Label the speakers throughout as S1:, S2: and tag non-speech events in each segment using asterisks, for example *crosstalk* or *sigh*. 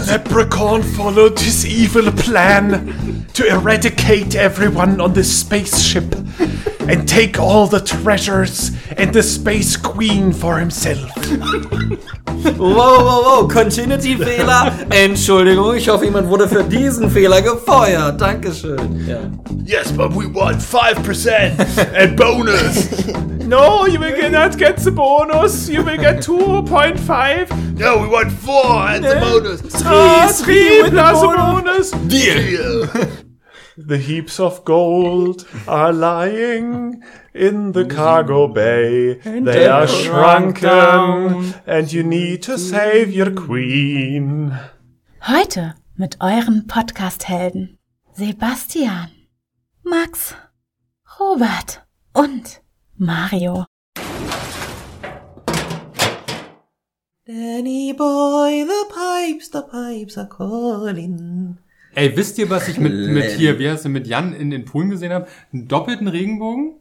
S1: leprechaun followed his evil plan to eradicate everyone on this spaceship and take all the treasures and the space queen for himself.
S2: Wow, wow, wow, Continuity-Fehler. Entschuldigung, ich hoffe, jemand wurde für diesen Fehler gefeuert. Dankeschön. Ja.
S3: Yes, but we want
S1: *laughs*
S3: 5% and bonus.
S1: No, you will not get the bonus. You will get 2.5.
S3: No, we want 4 and the bonus.
S1: Ah, three plus bonus.
S3: Deal.
S1: *laughs* The heaps of gold are lying in the cargo bay. they are shrunken, and you need to save your queen.
S4: Heute mit euren Podcast-Helden Sebastian, Max, Robert und Mario.
S5: Danny boy, the pipes, the pipes are calling.
S6: Ey, wisst ihr, was ich mit, mit hier, wie heißt denn, mit Jan in den Poolen gesehen habe? Einen doppelten Regenbogen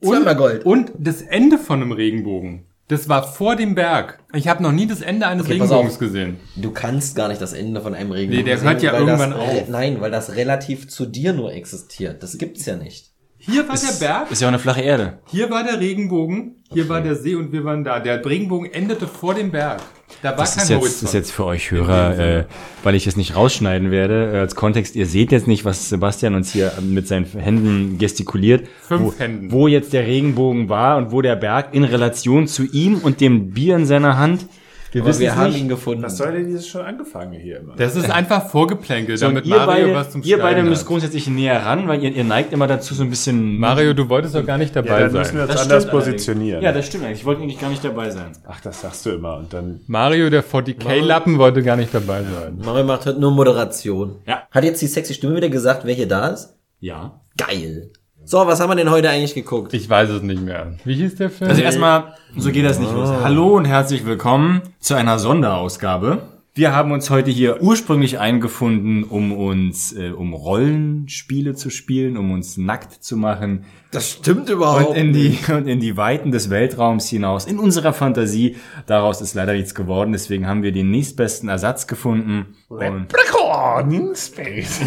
S2: Zweimal Gold.
S6: und das Ende von einem Regenbogen. Das war vor dem Berg. Ich habe noch nie das Ende eines
S2: Okay, pass
S6: Regenbogens
S2: auf.
S6: gesehen.
S2: Du kannst gar nicht das Ende von einem Regen.
S6: Nee, der hört ja irgendwann
S2: das,
S6: auf.
S2: Nein, weil das relativ zu dir nur existiert. Das gibt's ja nicht.
S6: Hier war der Berg,
S7: Ist ja auch eine flache Erde.
S6: hier war der Regenbogen, hier war der See und wir waren da. Der Regenbogen endete vor dem Berg. Da war
S7: Das
S6: kein
S7: ist jetzt,
S6: Horizont.
S7: ist jetzt für euch Hörer, äh, weil ich es nicht rausschneiden werde, äh, als Kontext, ihr seht jetzt nicht, was Sebastian uns hier mit seinen Händen gestikuliert.
S6: Fünf
S7: wo,
S6: Händen.
S7: Wo jetzt der Regenbogen war und wo der Berg in Relation zu ihm und dem Bier in seiner Hand. Wir
S2: Aber
S7: wissen
S2: wir
S7: es
S2: haben
S7: nicht.
S2: ihn gefunden.
S1: Was soll denn dieses schon angefangen hier immer?
S6: das ist einfach vorgeplänkelt,
S7: Und
S6: damit
S7: Äh. ihr
S6: Mario
S7: beide,
S6: was zum
S7: ihr beide
S6: Schneiden
S7: müsst
S6: hat.
S7: grundsätzlich näher ran, weil ihr, ihr neigt immer dazu so ein bisschen...
S6: Mario, du wolltest doch gar nicht
S1: Ja,
S6: dabei
S1: dann müssen wir
S6: sein.
S1: uns
S7: Das
S1: anders
S7: stimmt allerdings.
S1: positionieren.
S7: Ja, das stimmt eigentlich. Ich wollte eigentlich gar nicht dabei sein.
S1: Ach, das sagst du immer. Und dann
S6: Mario, der 40k-Lappen, wollte gar nicht dabei sein.
S2: Mario macht heute nur Moderation.
S7: Ja.
S2: Hat jetzt die sexy Stimme wieder gesagt, wer hier da ist?
S7: Ja.
S2: Geil. So, was haben wir denn heute eigentlich geguckt?
S6: Ich weiß es nicht mehr. Wie hieß der Film?
S7: Also erstmal, so geht das nicht los. Hallo und herzlich willkommen zu einer Sonderausgabe. Wir haben uns heute hier ursprünglich eingefunden, um uns, äh, um Rollenspiele zu spielen, um uns nackt zu machen
S2: Das stimmt überhaupt.
S7: und in die und in die Weiten des Weltraums hinaus, in unserer Fantasie. Daraus ist leider nichts geworden, deswegen haben wir den nächstbesten Ersatz gefunden.
S1: Äh,
S7: Und
S1: Record in *laughs* space.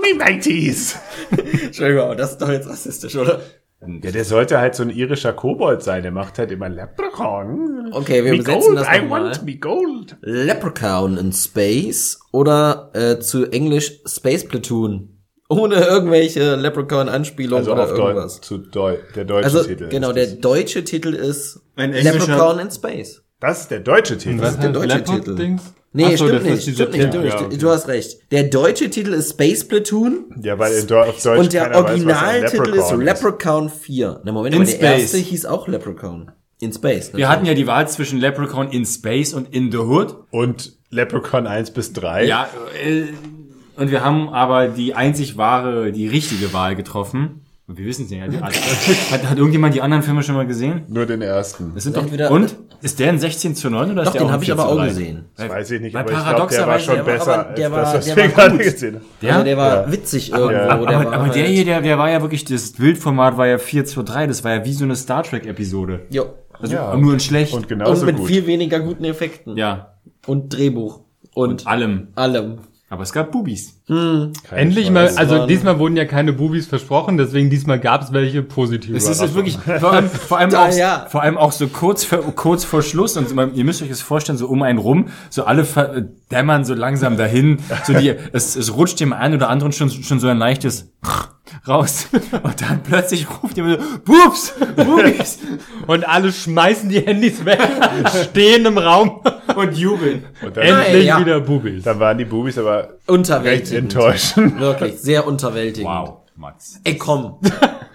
S1: Me mateys.
S2: Entschuldigung, aber das ist doch jetzt rassistisch, oder?
S1: Ja, der sollte halt so ein irischer Kobold sein. Der macht halt immer Leprechaun.
S2: Okay, wir
S1: me
S2: besetzen
S1: gold,
S2: das
S1: I
S2: nochmal.
S1: want me gold.
S2: Leprechaun in Space oder äh, zu Englisch Space Platoon. *laughs* Ohne irgendwelche Leprechaun-Anspielungen
S1: Also
S2: oder
S1: auf Deutsch,
S2: irgendwas.
S1: zu Deu der deutsche
S2: Also
S1: Titel.
S2: genau,
S1: ist
S2: der
S1: das.
S2: deutsche Titel ist
S7: Ein englischer-
S2: Leprechaun in Space.
S1: das ist der deutsche Titel.
S6: Was
S2: der
S6: heißt
S2: deutsche
S6: Leopard
S2: Titel?
S6: Äh, Dings?
S2: Nee,
S6: Ach so,
S2: stimmt
S6: das ist
S2: nicht,
S6: diese
S2: stimmt nicht,
S6: Titel.
S2: stimmt nicht. Du hast recht. Der deutsche Titel ist Space Platoon
S1: Ja, weil in Deu auf Deutsch
S2: und der
S1: keiner weiß, was ein
S2: Originaltitel ist
S1: Leprechaun
S2: Leprechaun 4. Na Moment,
S7: In
S2: aber der
S7: Space.
S2: erste hieß auch Leprechaun. In Space.
S7: wir hatten ja die Wahl zwischen Leprechaun in Space und in the Hood.
S1: Und Leprechaun 1 bis 3.
S7: Ja, äh, und wir haben aber die einzig wahre, die richtige Wahl getroffen. Und wir wissen es ja. die-
S2: *laughs*
S7: Hat, hat irgendjemand die anderen Filme schon mal gesehen?
S1: Nur den ersten.
S7: Das sind doch,
S2: Entweder-
S7: und? Ist der in 16 zu 9 oder
S2: Doch,
S7: ist der
S2: den
S7: auch
S2: habe ich aber auch gesehen.
S1: Das weiß ich nicht,
S7: Weil
S1: aber ich glaube, der war
S7: paradoxerweise,
S1: schon
S7: der war
S1: besser
S2: aber- der
S1: als
S2: war-
S1: das, was
S2: der
S1: wir
S2: war
S1: gerade
S2: gut.
S1: gesehen haben.
S7: Ja?
S2: Also der war witzig irgendwo.
S7: aber
S2: der
S7: aber,
S2: war
S7: aber
S2: halt-
S7: der hier, der, der war ja wirklich, das Bildformat war ja 4 zu 3, das war ja wie so eine Star Trek-Episode.
S2: Jo.
S7: Also
S1: Ja.
S7: nur in schlecht.
S1: Und
S2: Und
S1: genauso
S2: mit
S1: gut.
S2: viel weniger guten Effekten.
S7: ja,
S2: Und Drehbuch. Und,
S7: allem.
S2: allem.
S7: Aber es gab Bubis.
S6: Endlich mal, also diesmal wurden ja keine Bubis versprochen, deswegen diesmal gab es welche positive
S7: Es ist, es ist
S6: Überraschungen.
S7: wirklich, vor allem, vor, allem
S2: Ja,
S7: auch,
S2: ja.
S7: vor allem auch so kurz, vor- kurz vor Schluss, und man, ihr müsst euch das vorstellen, so um einen rum, so alle ver- äh, dämmern so langsam dahin, so die, es, es rutscht dem einen oder anderen schon, schon so ein leichtes *laughs* raus, und dann plötzlich ruft jemand so, Bups, Bubis,
S6: Und alle schmeißen die
S2: *laughs*
S6: Handys weg, stehen im Raum.
S7: und jubeln.
S1: Und dann,
S6: Endlich
S2: ja.
S6: wieder Bubis.
S1: dann waren die Bubis aber recht
S2: Unterwältigend.
S1: enttäuschend. *laughs*
S2: Wirklich, sehr unterwältigend.
S7: Wow, Max.
S2: Ey, komm.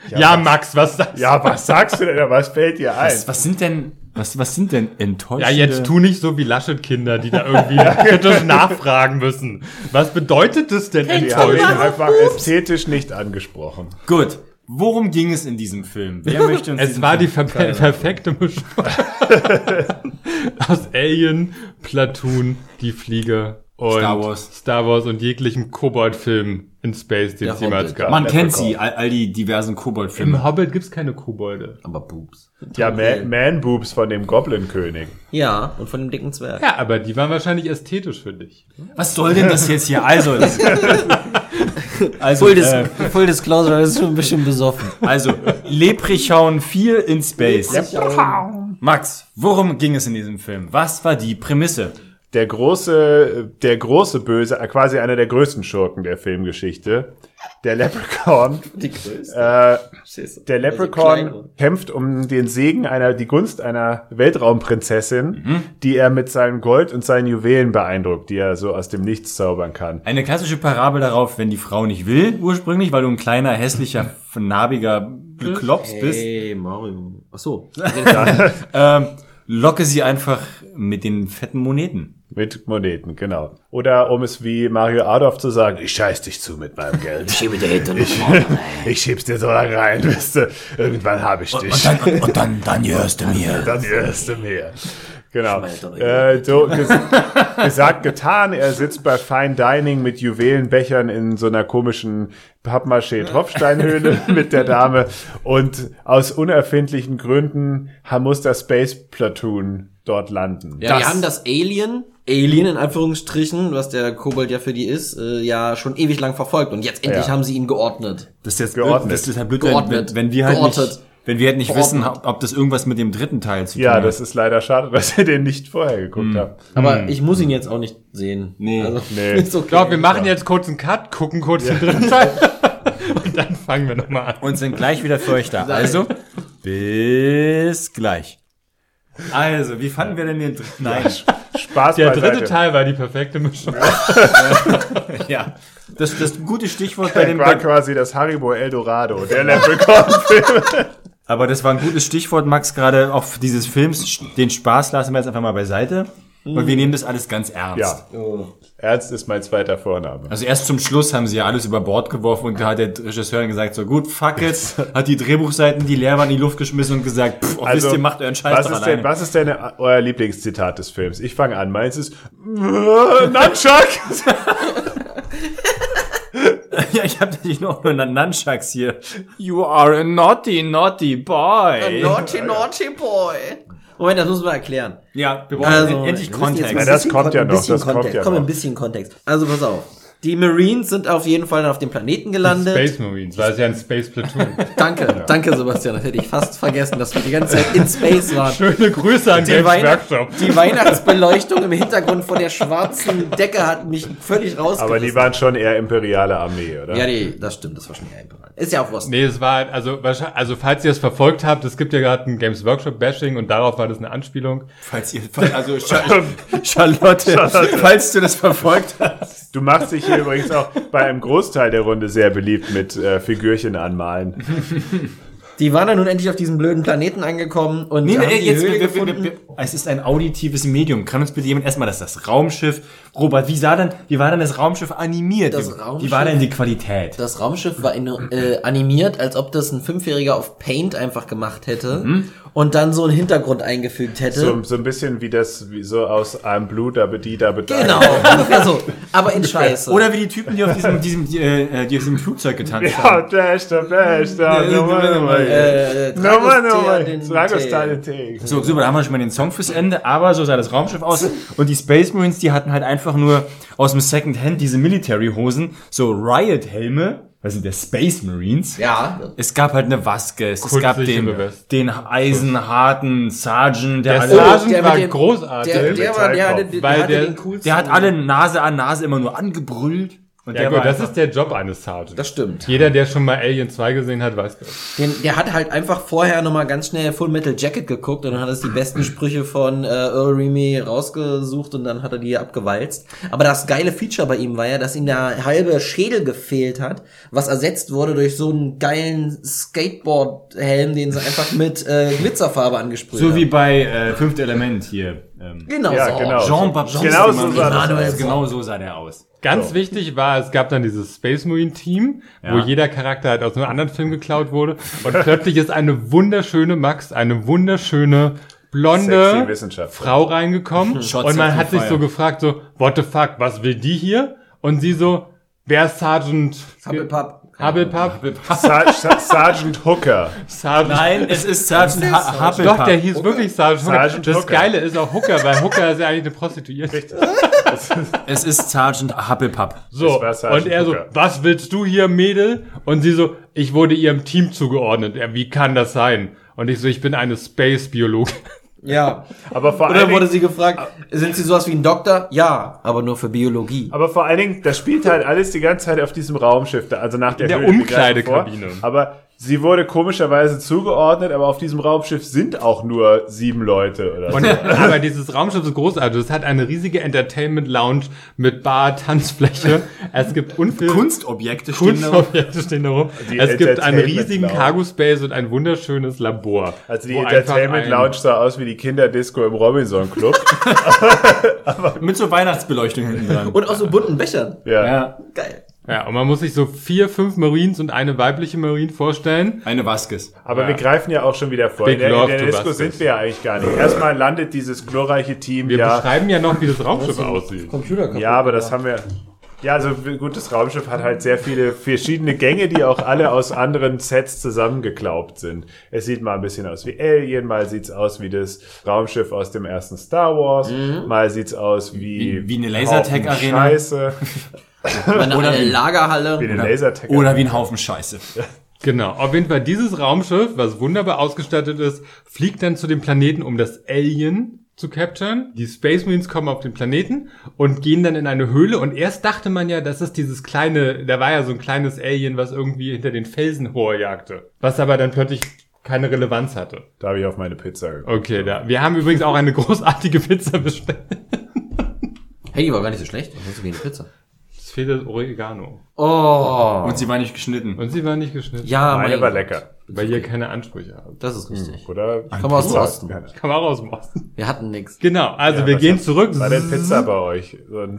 S6: Ja, Max, was sagst du?
S1: Ja, was sagst du denn? da? Was fällt dir ein?
S7: Was, was sind denn, was, was sind denn enttäuschende...
S6: Ja, jetzt tu nicht so wie Laschet-Kinder, die da *laughs* irgendwie kritisch nachfragen müssen. Was bedeutet das denn
S1: Die haben ihn
S6: enttäuschend?
S1: einfach ästhetisch nicht angesprochen.
S7: Gut. Worum ging es in diesem Film?
S6: *laughs*
S7: Wer möchte uns
S6: Es
S7: diesen
S6: war
S7: Film-
S6: die ver perfekte Mischung *laughs* aus Alien, Platoon, die Fliege und
S7: Star Wars.
S6: Star Wars und jeglichen Kobold-Film in Space, den
S2: Der
S6: es jemals
S2: Hobbit.
S6: gab.
S7: Man kennt sie, all, all die diversen
S6: Im
S7: Koboldfilme.
S6: Hobbit gibt's keine Kobolde.
S2: Aber Boobs.
S1: Ja, Man, Man-Boobs von dem Goblin-König.
S2: Ja, und von dem dicken Zwerg.
S6: Ja, aber die waren wahrscheinlich ästhetisch für dich.
S7: Was soll denn das jetzt hier? Also, das,
S2: *laughs*
S7: also,
S2: Full, dis
S7: äh,
S2: Full Disclosure, das ist schon ein bisschen *laughs* besoffen.
S7: also Leprechaun 4 in Space. Max, worum ging es in diesem Film? Was war die Prämisse?
S1: Der große, der große Böse, äh, quasi einer der größten Schurken der Filmgeschichte, der Leprechaun,
S2: Die größte.
S1: äh,
S2: Scheiße.
S1: Der
S2: Also
S1: Leprechaun
S2: klein.
S1: kämpft um den Segen einer, die Gunst einer Weltraumprinzessin, die er mit seinem Gold und seinen Juwelen beeindruckt, die er so aus dem Nichts zaubern kann.
S7: Eine klassische Parabel darauf, wenn die Frau nicht will, ursprünglich, weil du ein kleiner, hässlicher, narbiger Klops bist,
S2: Hey, Mario. Ach so.
S7: ähm, locke sie einfach mit den fetten Moneten.
S1: Mit Moneten, genau. Oder um es wie Mario Adolf zu sagen, ich scheiß dich zu mit meinem Geld.
S2: Schiebe der Hände
S1: Ich, *laughs* ich schieb's dir so lange rein, bis du, irgendwann habe ich dich.
S7: Und dann, dann hörst du mir.
S1: Dann hörst du mir. Genau.
S2: Schmeißt doch
S1: Äh, so, ges gesagt, getan. Er sitzt bei Fine Dining mit Juwelenbechern in so einer komischen
S7: *laughs*
S1: Pappmaché-Tropfsteinhöhle mit der Dame. Und aus unerfindlichen Gründen ha- muss der Space Platoon dort landen.
S2: Ja, wir haben das Alien, Alien in Anführungsstrichen, was der Kobold ja für die ist, äh, ja schon ewig lang verfolgt und jetzt endlich
S1: Ja.
S2: haben sie ihn geordnet.
S7: Das ist jetzt
S1: Geordnet.
S7: geordnet. Das ist halt blöd,
S2: Geordnet.
S7: Wenn, wenn wir halt
S2: Geortet.
S7: nicht, wenn wir halt nicht
S2: Geordnet.
S7: wissen, ob, ob das irgendwas mit dem dritten Teil Hm. zu tun
S1: Ja,
S7: hat.
S1: das ist leider schade, *laughs* dass ihr den nicht vorher geguckt habt.
S2: Aber ich muss ihn jetzt auch nicht sehen. Nee. Also,
S1: Hm. Nee.
S2: *laughs* Ist okay.
S6: Ich glaube, wir machen jetzt kurz einen Cut, gucken kurz den dritten Teil *laughs* und dann fangen wir nochmal an.
S7: und sind gleich wieder für euch da. Also, bis gleich. Also, wie fanden wir denn den dritten? Nein,
S1: Spaß
S6: Der
S1: beiseite.
S6: dritte Teil war die perfekte Mischung.
S7: ja. Das, das gute Stichwort bei
S1: Der
S7: dem,
S1: war quasi das Haribo Eldorado, der
S7: *laughs*
S1: Leprechaun-Film.
S7: aber das war ein gutes Stichwort, Max, gerade auf dieses Films. Den Spaß lassen wir jetzt einfach mal beiseite. Und wir nehmen das alles ganz ernst.
S1: Mhm. Ja.
S7: Oh.
S1: Ernst ist mein zweiter Vorname.
S7: Also erst zum Schluss haben sie ja alles über Bord geworfen und da hat der Regisseur dann gesagt, so gut, fuck it,
S1: *laughs*
S7: hat die Drehbuchseiten, die leer waren, in die Luft geschmissen und gesagt, pff, wisst ihr, macht euren Scheiß
S1: Also, was
S7: doch
S1: ist denn,
S7: alleine.
S1: was ist denn euer Lieblingszitat des Films? Ich fange an. Meins ist äh,
S7: *laughs*
S1: Nunchuck.
S7: *laughs* Ja, ich habe dich noch nur Nunchucks hier. You are a naughty, naughty
S2: *laughs*
S7: boy.
S2: Naughty, naughty boy. Moment, das müssen wir erklären.
S7: Ja, wir brauchen
S2: Also,
S7: endlich
S2: wir müssen jetzt
S7: Kontext.
S2: mal-
S1: Ja, das kommt ja
S2: ein
S1: noch,
S2: bisschen
S1: das kommt
S2: Kontext.
S1: ja
S2: Komm,
S1: noch.
S2: ein bisschen Kontext. Also, pass auf. Die Marines sind auf jeden Fall auf dem Planeten gelandet.
S6: Space Marines, war es ja ein Space *laughs* Platoon.
S2: Danke, danke, Sebastian. Das hätte ich fast vergessen, dass wir die ganze Zeit in Space waren.
S6: Schöne Grüße an
S2: Die,
S6: Games
S2: Weihn
S6: Workshop.
S2: die Weihnachtsbeleuchtung im Hintergrund von der schwarzen Decke hat mich völlig rausgerissen.
S1: Aber die waren schon eher imperiale Armee, oder?
S2: Ja, nee, das stimmt, das war schon eher imperial. Ist ja auch was.
S6: Nee, es war, also, wahrscheinlich, also, falls ihr es verfolgt habt, es gibt ja gerade ein Games Workshop Bashing und darauf war das eine Anspielung.
S7: Falls ihr, also *laughs* Char- Charlotte, falls du das verfolgt hast.
S1: Du machst dich hier übrigens auch bei einem Großteil der Runde sehr beliebt mit äh, Figürchen anmalen.
S2: Die waren dann nun endlich auf diesem blöden Planeten angekommen und haben die Höhle gefunden.
S7: es ist ein auditives Medium. Kann uns bitte jemand erstmal, dass das Raumschiff, Robert, wie sah denn, wie war denn das Raumschiff animiert?
S2: Das
S7: wie,
S2: Raumschiff-
S7: wie war denn die Qualität?
S2: Das Raumschiff war in, äh, animiert, als ob das ein Fünfjähriger auf Paint einfach gemacht hätte und dann so einen Hintergrund eingefügt hätte.
S1: Mhm. So, so ein bisschen wie das, wie so aus einem Blue, da bedi, da bedi.
S2: genau, ungefähr so. Aber in Scheiße.
S7: Oder wie die Typen, die auf diesem, diesem, die, äh, die auf diesem Flugzeug getanzt
S1: Ja,
S7: haben.
S1: Dash, da, Dash, da, no man, no man.
S2: äh,
S1: No man, no
S2: Dragostea
S1: man.
S2: den
S1: Dragostea den
S2: Tee.
S1: Tee.
S7: So, super, da haben wir schon mal den Song fürs Ende, aber so sah das Raumschiff aus. Und die Space Marines, die hatten halt einfach nur aus dem Second Hand diese Military-Hosen, so Riot-Helme, was sind der Space Marines.
S2: Ja,
S7: Es gab halt eine Waske, es, es
S6: Kurz
S7: gab
S6: Sicht
S7: den,
S6: im West.
S7: den eisenharten Sergeant, der,
S6: Der
S7: alle,
S6: Sergeant
S2: der mit
S6: war
S2: den-
S6: großartig.
S2: der, der war der, der,
S1: Metallkopf,
S2: der,
S6: weil
S2: hatte
S6: der-
S2: den coolsten.
S7: der hat alle Nase an Nase immer nur angebrüllt. Und
S6: ja
S7: der
S6: gut,
S7: war
S6: das
S7: einfach-
S6: ist der Job eines Sergeants.
S2: Das stimmt.
S6: Jeder, der schon mal Alien 2 gesehen hat, weiß das.
S2: Den, der hat halt einfach vorher nochmal ganz schnell Full Metal Jacket geguckt und dann hat es die besten Sprüche von äh, Earl Remy rausgesucht und dann hat er die abgewalzt. Aber das geile Feature bei ihm war ja, dass ihm der halbe Schädel gefehlt hat, was ersetzt wurde durch so einen geilen Skateboard-Helm, den sie einfach mit äh, Glitzerfarbe angesprüht
S7: so
S2: haben.
S7: wie bei äh, Fünfte Element hier. Ähm,
S2: Genau
S1: Ja,
S2: so.
S1: genau.
S7: Jean Baptiste.
S1: Genau so sah das
S7: das
S2: aus.
S7: Genau so sah der aus.
S6: Ganz wichtig war, es gab dann dieses Space Marine Team, wo
S7: Ja.
S6: jeder Charakter halt aus einem anderen Film geklaut wurde. Und plötzlich ist eine wunderschöne Max, eine wunderschöne blonde
S1: Sexy Wissenschaftler.
S6: Frau reingekommen
S7: Shots
S6: und man
S7: auf
S6: hat
S7: die
S6: sich so
S7: Feier.
S6: gefragt, so, what the fuck, was will die hier? Und sie so, wer ist Sergeant
S2: Hubblepup.
S6: Hubblepup?
S1: Sar Sar Sergeant Hooker.
S6: Sergeant
S7: Nein, es ist Sergeant Ha- Hufflepuff.
S6: Doch, der hieß wirklich Sergeant Hooker.
S1: Sergeant
S6: das
S1: Hooker.
S6: Geile ist auch Hooker, weil Hooker ist ja eigentlich eine Prostituierte.
S7: Es ist Sergeant Hufflepuff.
S6: So,
S1: Das war Sergeant
S6: und er so,
S1: Hooker.
S6: was willst du hier, Mädel? Und sie so, ich wurde ihrem Team zugeordnet. Er, wie kann das sein? Und ich so, ich bin eine Space-Biologin. *laughs*
S2: Ja.
S1: Aber vor,
S2: Und dann
S1: allen
S2: wurde
S1: Dingen,
S2: sie gefragt, sind Sie sowas wie ein Doktor? Ja, aber nur für Biologie.
S1: aber vor allen Dingen, das spielt halt alles die ganze Zeit auf diesem Raumschiff, da- also nach der,
S6: der
S1: Höhe, die greifen
S6: Umkleidekabine.
S1: vor. Aber sie wurde komischerweise zugeordnet, aber auf diesem Raumschiff sind auch nur sieben Leute oder so.
S6: Und, aber dieses Raumschiff ist großartig. Also, Es hat eine riesige Entertainment-Lounge mit Bar, Tanzfläche. Es gibt unfassbar
S7: Kunstobjekte stehen da.
S6: Kunstobjekte stehen da rum.
S1: Die
S6: Es gibt einen
S1: Entertainment
S6: riesigen
S1: Lounge.
S6: Cargo-Space und ein wunderschönes Labor.
S1: Also die
S6: wo einfach
S1: Entertainment
S6: ein-
S1: Lounge sah aus wie die Kinderdisco im Robinson
S6: *laughs*
S1: Club.
S7: Mit so Weihnachtsbeleuchtung hinten dran.
S2: Und aus so bunten Bechern.
S1: ja.
S7: Ja,
S2: Geil.
S6: Ja, und man muss sich so vier, fünf Marines und eine weibliche Marine vorstellen.
S7: eine Vasquez.
S1: Aber wir greifen ja auch schon wieder vor.
S6: Big
S1: In der, in
S6: love
S1: der
S6: to
S1: Disco
S6: Vasquez.
S1: sind wir ja eigentlich gar nicht. Erstmal landet dieses glorreiche Team
S6: Wir
S1: ja.
S6: beschreiben ja noch, wie das Raumschiff aussieht.
S2: Computer kaputt.
S1: Ja, aber das haben wir. Ja, also gut, das Raumschiff hat halt sehr viele verschiedene Gänge, die auch alle aus anderen Sets zusammengeklaubt sind. Es sieht mal ein bisschen aus wie Alien, mal sieht's aus wie das Raumschiff aus dem ersten Star Wars, mal sieht's aus wie
S7: Wie- wie eine Lasertag-Arena.
S1: Haufen Scheiße,
S2: Eine, eine
S1: wie
S2: Lagerhalle.
S1: eine Lasertech.
S7: Oder wie ein Haufen Scheiße.
S6: Genau. Auf jeden Fall dieses Raumschiff, was wunderbar ausgestattet ist, fliegt dann zu dem Planeten, um das Alien zu capturen. Die Space Marines kommen auf den Planeten und gehen dann in eine Höhle. Und erst dachte man ja, das ist dieses kleine, da war ja so ein kleines Alien, was irgendwie hinter den Felsen herjagte. Was aber dann plötzlich keine Relevanz hatte.
S1: Da habe ich auf meine Pizza geguckt.
S6: Okay, da. Wir haben übrigens auch eine *laughs* großartige Pizza bestellt.
S2: Hey, die war gar nicht so schlecht. Das ist so wie eine Pizza.
S6: Es fehlt das Oregano.
S2: Oh.
S7: Und sie war nicht geschnitten.
S6: Und sie war nicht geschnitten.
S2: Ja,
S1: Meine
S2: Oh mein
S1: war
S2: Gott.
S1: lecker. Hm,
S6: Weil ihr keine Ansprüche habt.
S2: Das ist richtig.
S1: Oder?
S2: Komm aus dem Osten.
S6: Kann man rausmachen.
S2: Wir hatten nix.
S6: Genau, also wir gehen zurück.
S1: War denn Pizza bei euch? So eine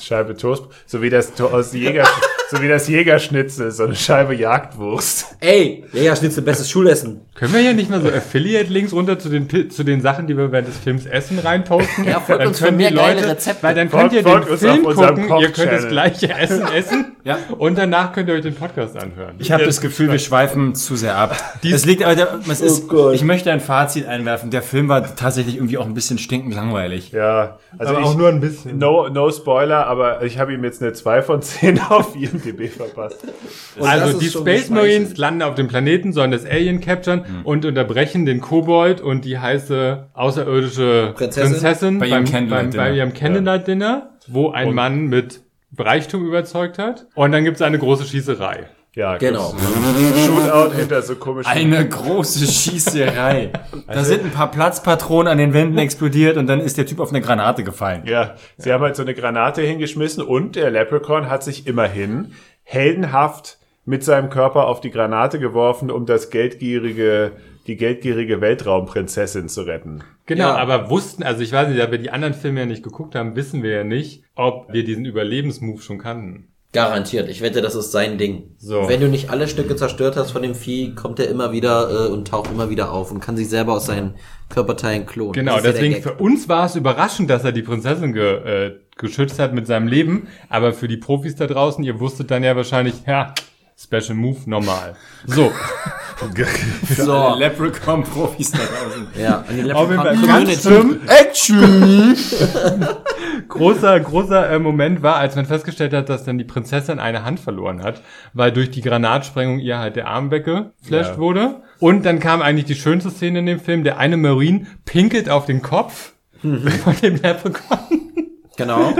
S1: Scheibe Toast, so wie das, To- aus Jäger, *laughs* so wie das Jägerschnitzel, so eine Scheibe Jagdwurst.
S2: Ey, ja, ja, Schnitzel, bestes Schulessen.
S6: Können wir hier nicht mal so Affiliate-Links runter zu den, Pi- zu den Sachen, die wir während des Films essen, reinposten?
S2: Ja, folgt
S6: Dann
S2: uns für
S6: können
S2: mehr
S6: die
S2: geile Rezepte.
S6: Weil dann
S1: Folgt-
S6: könnt ihr
S1: folgt
S6: den
S1: uns auf
S6: Film
S1: unserem
S6: gucken, ihr
S1: Koch-Channel.
S6: könnt das gleiche Essen essen
S7: Ja.
S6: und danach könnt ihr euch den Podcast anhören.
S7: Ich habe das Gefühl, wir schweifen zu sehr ab. Es liegt aber, der, es ist, ich möchte ein Fazit einwerfen. Der Film war tatsächlich irgendwie auch ein bisschen stinkend langweilig.
S1: Ja, also ich,
S6: ein bisschen.
S1: no, no Spoiler, aber ich habe ihm jetzt eine 2 von 10 *laughs* auf IMDb verpasst.
S6: Also
S2: das
S6: die
S2: ist schon
S6: Space
S2: gespeichert.
S6: Marines landen auf dem Planeten, sollen das Alien capturen
S2: Mhm.
S6: und unterbrechen den Kobold und die heiße außerirdische
S2: Prinzessin?
S6: Prinzessin
S7: Bei ihrem Candlelight-Dinner.
S6: bei ihrem Candlelight Dinner, wo ein Mann mit Reichtum überzeugt hat. Und dann gibt's eine große Schießerei.
S1: Ja,
S2: Genau.
S1: gibt's einen Shootout hinter so komischen.
S7: Eine große Schießerei. Da sind ein paar Platzpatronen an den Wänden explodiert und dann ist der Typ auf eine Granate gefallen.
S1: ja, sie haben halt so eine Granate hingeschmissen und der Leprechaun hat sich immerhin heldenhaft mit seinem Körper auf die Granate geworfen, um das geldgierige, die geldgierige Weltraumprinzessin zu retten.
S6: Genau,
S2: Ja.
S6: aber wussten, also ich weiß nicht, da wir die anderen Filme ja nicht geguckt haben, wissen wir ja nicht, ob wir diesen Überlebensmove schon kannten.
S2: Garantiert. Ich wette, das ist sein Ding.
S6: So.
S2: Wenn du nicht alle Stücke zerstört hast von dem Vieh, kommt er immer wieder äh, und taucht immer wieder auf und kann sich selber aus seinen Körperteilen klonen.
S6: Genau,
S2: Das ist ja
S6: deswegen
S2: der
S6: für
S2: Gag.
S6: uns war es überraschend, dass er die Prinzessin ge, äh, geschützt hat mit seinem Leben, aber für die Profis da draußen, ihr wusstet dann ja wahrscheinlich, ja, Special Move normal.
S2: *laughs*
S6: So,
S2: So.
S7: Leprechaun-Profis da draußen.
S2: Ja, und die
S6: auf jeden Fall
S2: Leprechaun
S6: ganz
S2: Community.
S6: schlimm. Action! großer, großer äh, Moment war, als man festgestellt hat, dass dann die Prinzessin eine Hand verloren hat, weil durch die Granatsprengung ihr halt der Arm weggeflasht wurde. Und dann kam eigentlich die schönste Szene in dem Film, der eine Marine pinkelt auf den Kopf
S2: Mhm.
S6: von dem Leprechaun.
S2: *laughs* Genau.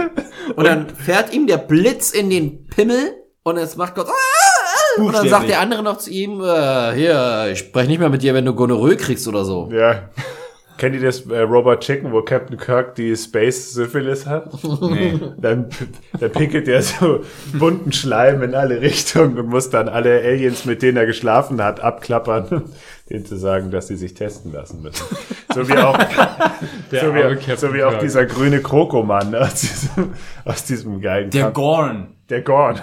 S2: Und dann fährt ihm der Blitz in den Pimmel und es macht kurz. "Ah, ah", Und dann
S7: Buchstäblich.
S2: sagt der andere noch zu ihm, äh, hier, ich spreche nicht mehr mit dir, wenn du Gonorrhoe kriegst oder so.
S1: Ja. Kennt ihr das äh, Robot Chicken, wo Captain Kirk die Space Syphilis hat?
S7: Nee.
S1: Dann, dann pinkelt er so bunten Schleim in alle Richtungen und muss dann alle Aliens, mit denen er geschlafen hat, abklappern, *laughs* um denen zu sagen, dass sie sich testen lassen müssen. So wie
S6: *laughs*
S1: auch, so
S6: arme
S1: wie,
S6: Captain
S1: so wie auch
S6: Kirk.
S1: dieser grüne Krokomann aus diesem, aus diesem geilen
S7: Der
S1: Kampf.
S7: Gorn.
S1: Der
S6: *laughs*
S1: Gott.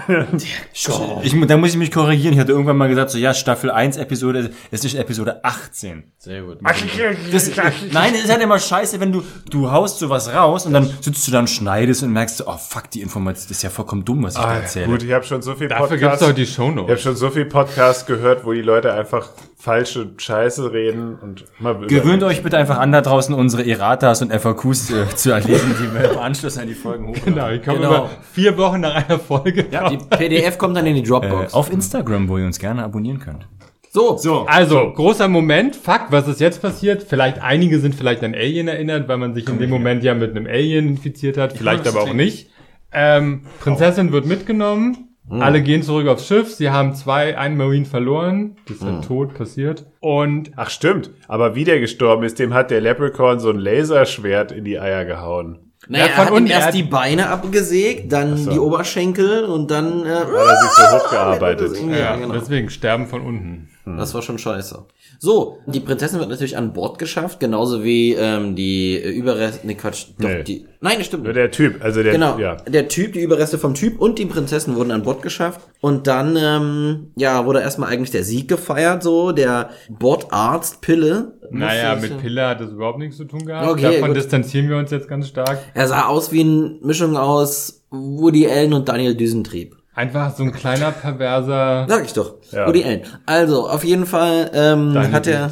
S7: Ich, mu- da muss ich mich korrigieren. Ich hatte irgendwann mal gesagt, so ja, Staffel 1 Episode, es ist Episode 18.
S2: Sehr gut.
S7: Das, nein, es ist halt immer scheiße, wenn du, du haust sowas raus und dann sitzt du dann, schneidest und merkst so, oh fuck, die Information, das ist ja vollkommen dumm, was ich da erzähle.
S1: Gut, ich habe schon so viel
S6: Dafür gibt's doch die Shownotes.
S1: Ich habe schon so viel Podcasts gehört, wo die Leute einfach falsche Scheiße reden und mal
S7: Gewöhnt euch bitte einfach an, da draußen unsere Erratas und FAQs äh, zu erleben, die wir im Anschluss an die Folgen hochladen.
S6: Genau, ich komme
S2: Genau.
S6: über vier Wochen nach einer Folge.
S2: Die PDF kommt dann in die
S7: Äh,
S2: Dropbox.
S7: auf Instagram, wo ihr uns gerne abonnieren könnt.
S2: so.
S7: So,
S6: Also, großer Moment, fuck, was ist jetzt passiert? Vielleicht einige sind vielleicht an Alien erinnert, weil man sich in dem Moment ja mit einem Alien infiziert hat, vielleicht
S7: was
S6: aber
S7: zu
S6: auch
S7: trinken.
S6: nicht. Ähm, Prinzessin wird mitgenommen, alle gehen zurück aufs Schiff, sie haben zwei, einen Marine verloren, das ist halt tot passiert. Und
S1: Ach stimmt, aber wie der gestorben ist, dem hat der Leprechaun so ein Laserschwert in die Eier gehauen.
S2: Naja,
S6: Ja,
S2: er
S6: von
S2: hat ihm
S6: unten, er
S2: erst
S6: hat-
S2: die Beine abgesägt, dann die Oberschenkel und dann... Äh,
S1: Weil er sich so hochgearbeitet.
S2: Ja,
S6: ja,
S2: genau.
S6: deswegen sterben von unten.
S2: Das war schon scheiße. So, die Prinzessin wird natürlich an Bord geschafft, genauso wie ähm, die äh, Überreste... Ne, Quatsch. Doch,
S1: Nee.
S2: die, nein, das stimmt.
S1: Nur der Typ, also der
S2: Genau,
S1: ja.
S2: der Typ, die Überreste vom Typ und die Prinzessin wurden an Bord geschafft. Und dann, ähm, ja, wurde erstmal eigentlich der Sieg gefeiert, so. Der Bordarzt Pille.
S6: Naja,
S2: musste-
S6: mit Pille hat das überhaupt nichts zu tun gehabt.
S2: Okay,
S6: Davon
S2: gut.
S6: distanzieren wir uns jetzt ganz stark.
S2: Er sah aus wie eine Mischung aus Woody Allen und Daniel Düsentrieb.
S6: Einfach so ein
S2: *laughs*
S6: kleiner perverser.
S2: Sag ich doch.
S1: Ja.
S2: Woody Allen. Also, auf jeden Fall ähm,
S6: Deine
S2: hat er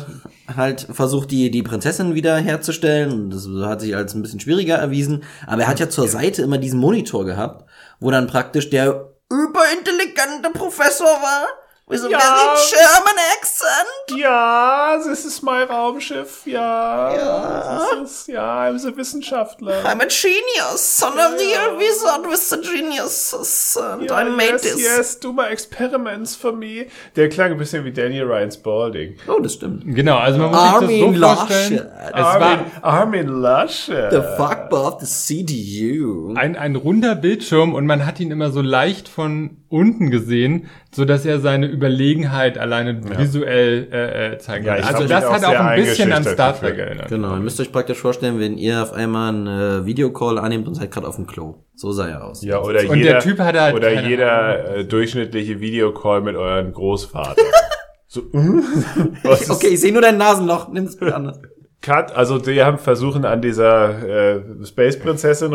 S2: halt versucht, die, die Prinzessin wieder herzustellen. Das hat sich als ein bisschen schwieriger erwiesen. Aber er hat ja zur Seite immer diesen Monitor gehabt, wo dann praktisch der überintelligente Professor war. With a very German accent.
S1: Ja, das ist mein Raumschiff, ja. Ja. Das ist, ja, I'm a Wissenschaftler.
S5: I'm a genius, son of the wizard with the geniuses, and I made
S1: yes,
S5: this.
S1: yes, do my experiments for me. Der klang ein bisschen wie Daniel Ryan's Balding.
S2: Oh, das stimmt.
S6: Genau, also man muss sich das
S2: Armin
S6: so
S2: Laschet.
S6: vorstellen. Es war
S1: Armin, Armin Laschet.
S2: The fuck about the CDU.
S6: ein, ein runder Bildschirm und man hat ihn immer so leicht von unten gesehen, so dass er seine Überlegenheit alleine visuell äh, äh, zeigen
S1: Ja,
S6: kann.
S1: ich hab
S6: also
S1: mich
S6: das
S1: auch
S6: hat auch
S1: sehr
S6: ein bisschen an
S1: eingeschüchtert
S6: Star Trek
S1: gefühlt.
S6: erinnert.
S2: Genau, ihr müsst euch praktisch vorstellen, wenn ihr auf einmal einen äh, Videocall annehmt und seid gerade auf dem Klo. So sah er aus.
S1: Ja, oder
S6: Und der
S1: jeder,
S6: Typ hatte halt
S1: oder
S6: keine
S1: jeder äh, durchschnittliche Videocall mit euren
S6: *laughs*
S1: Großvater. so, hm? Was ist
S2: Okay, ich sehe nur dein Nasenloch. Nimm es bitte anders.
S1: Cut, also die haben versuchen an dieser äh, Space Prinzessin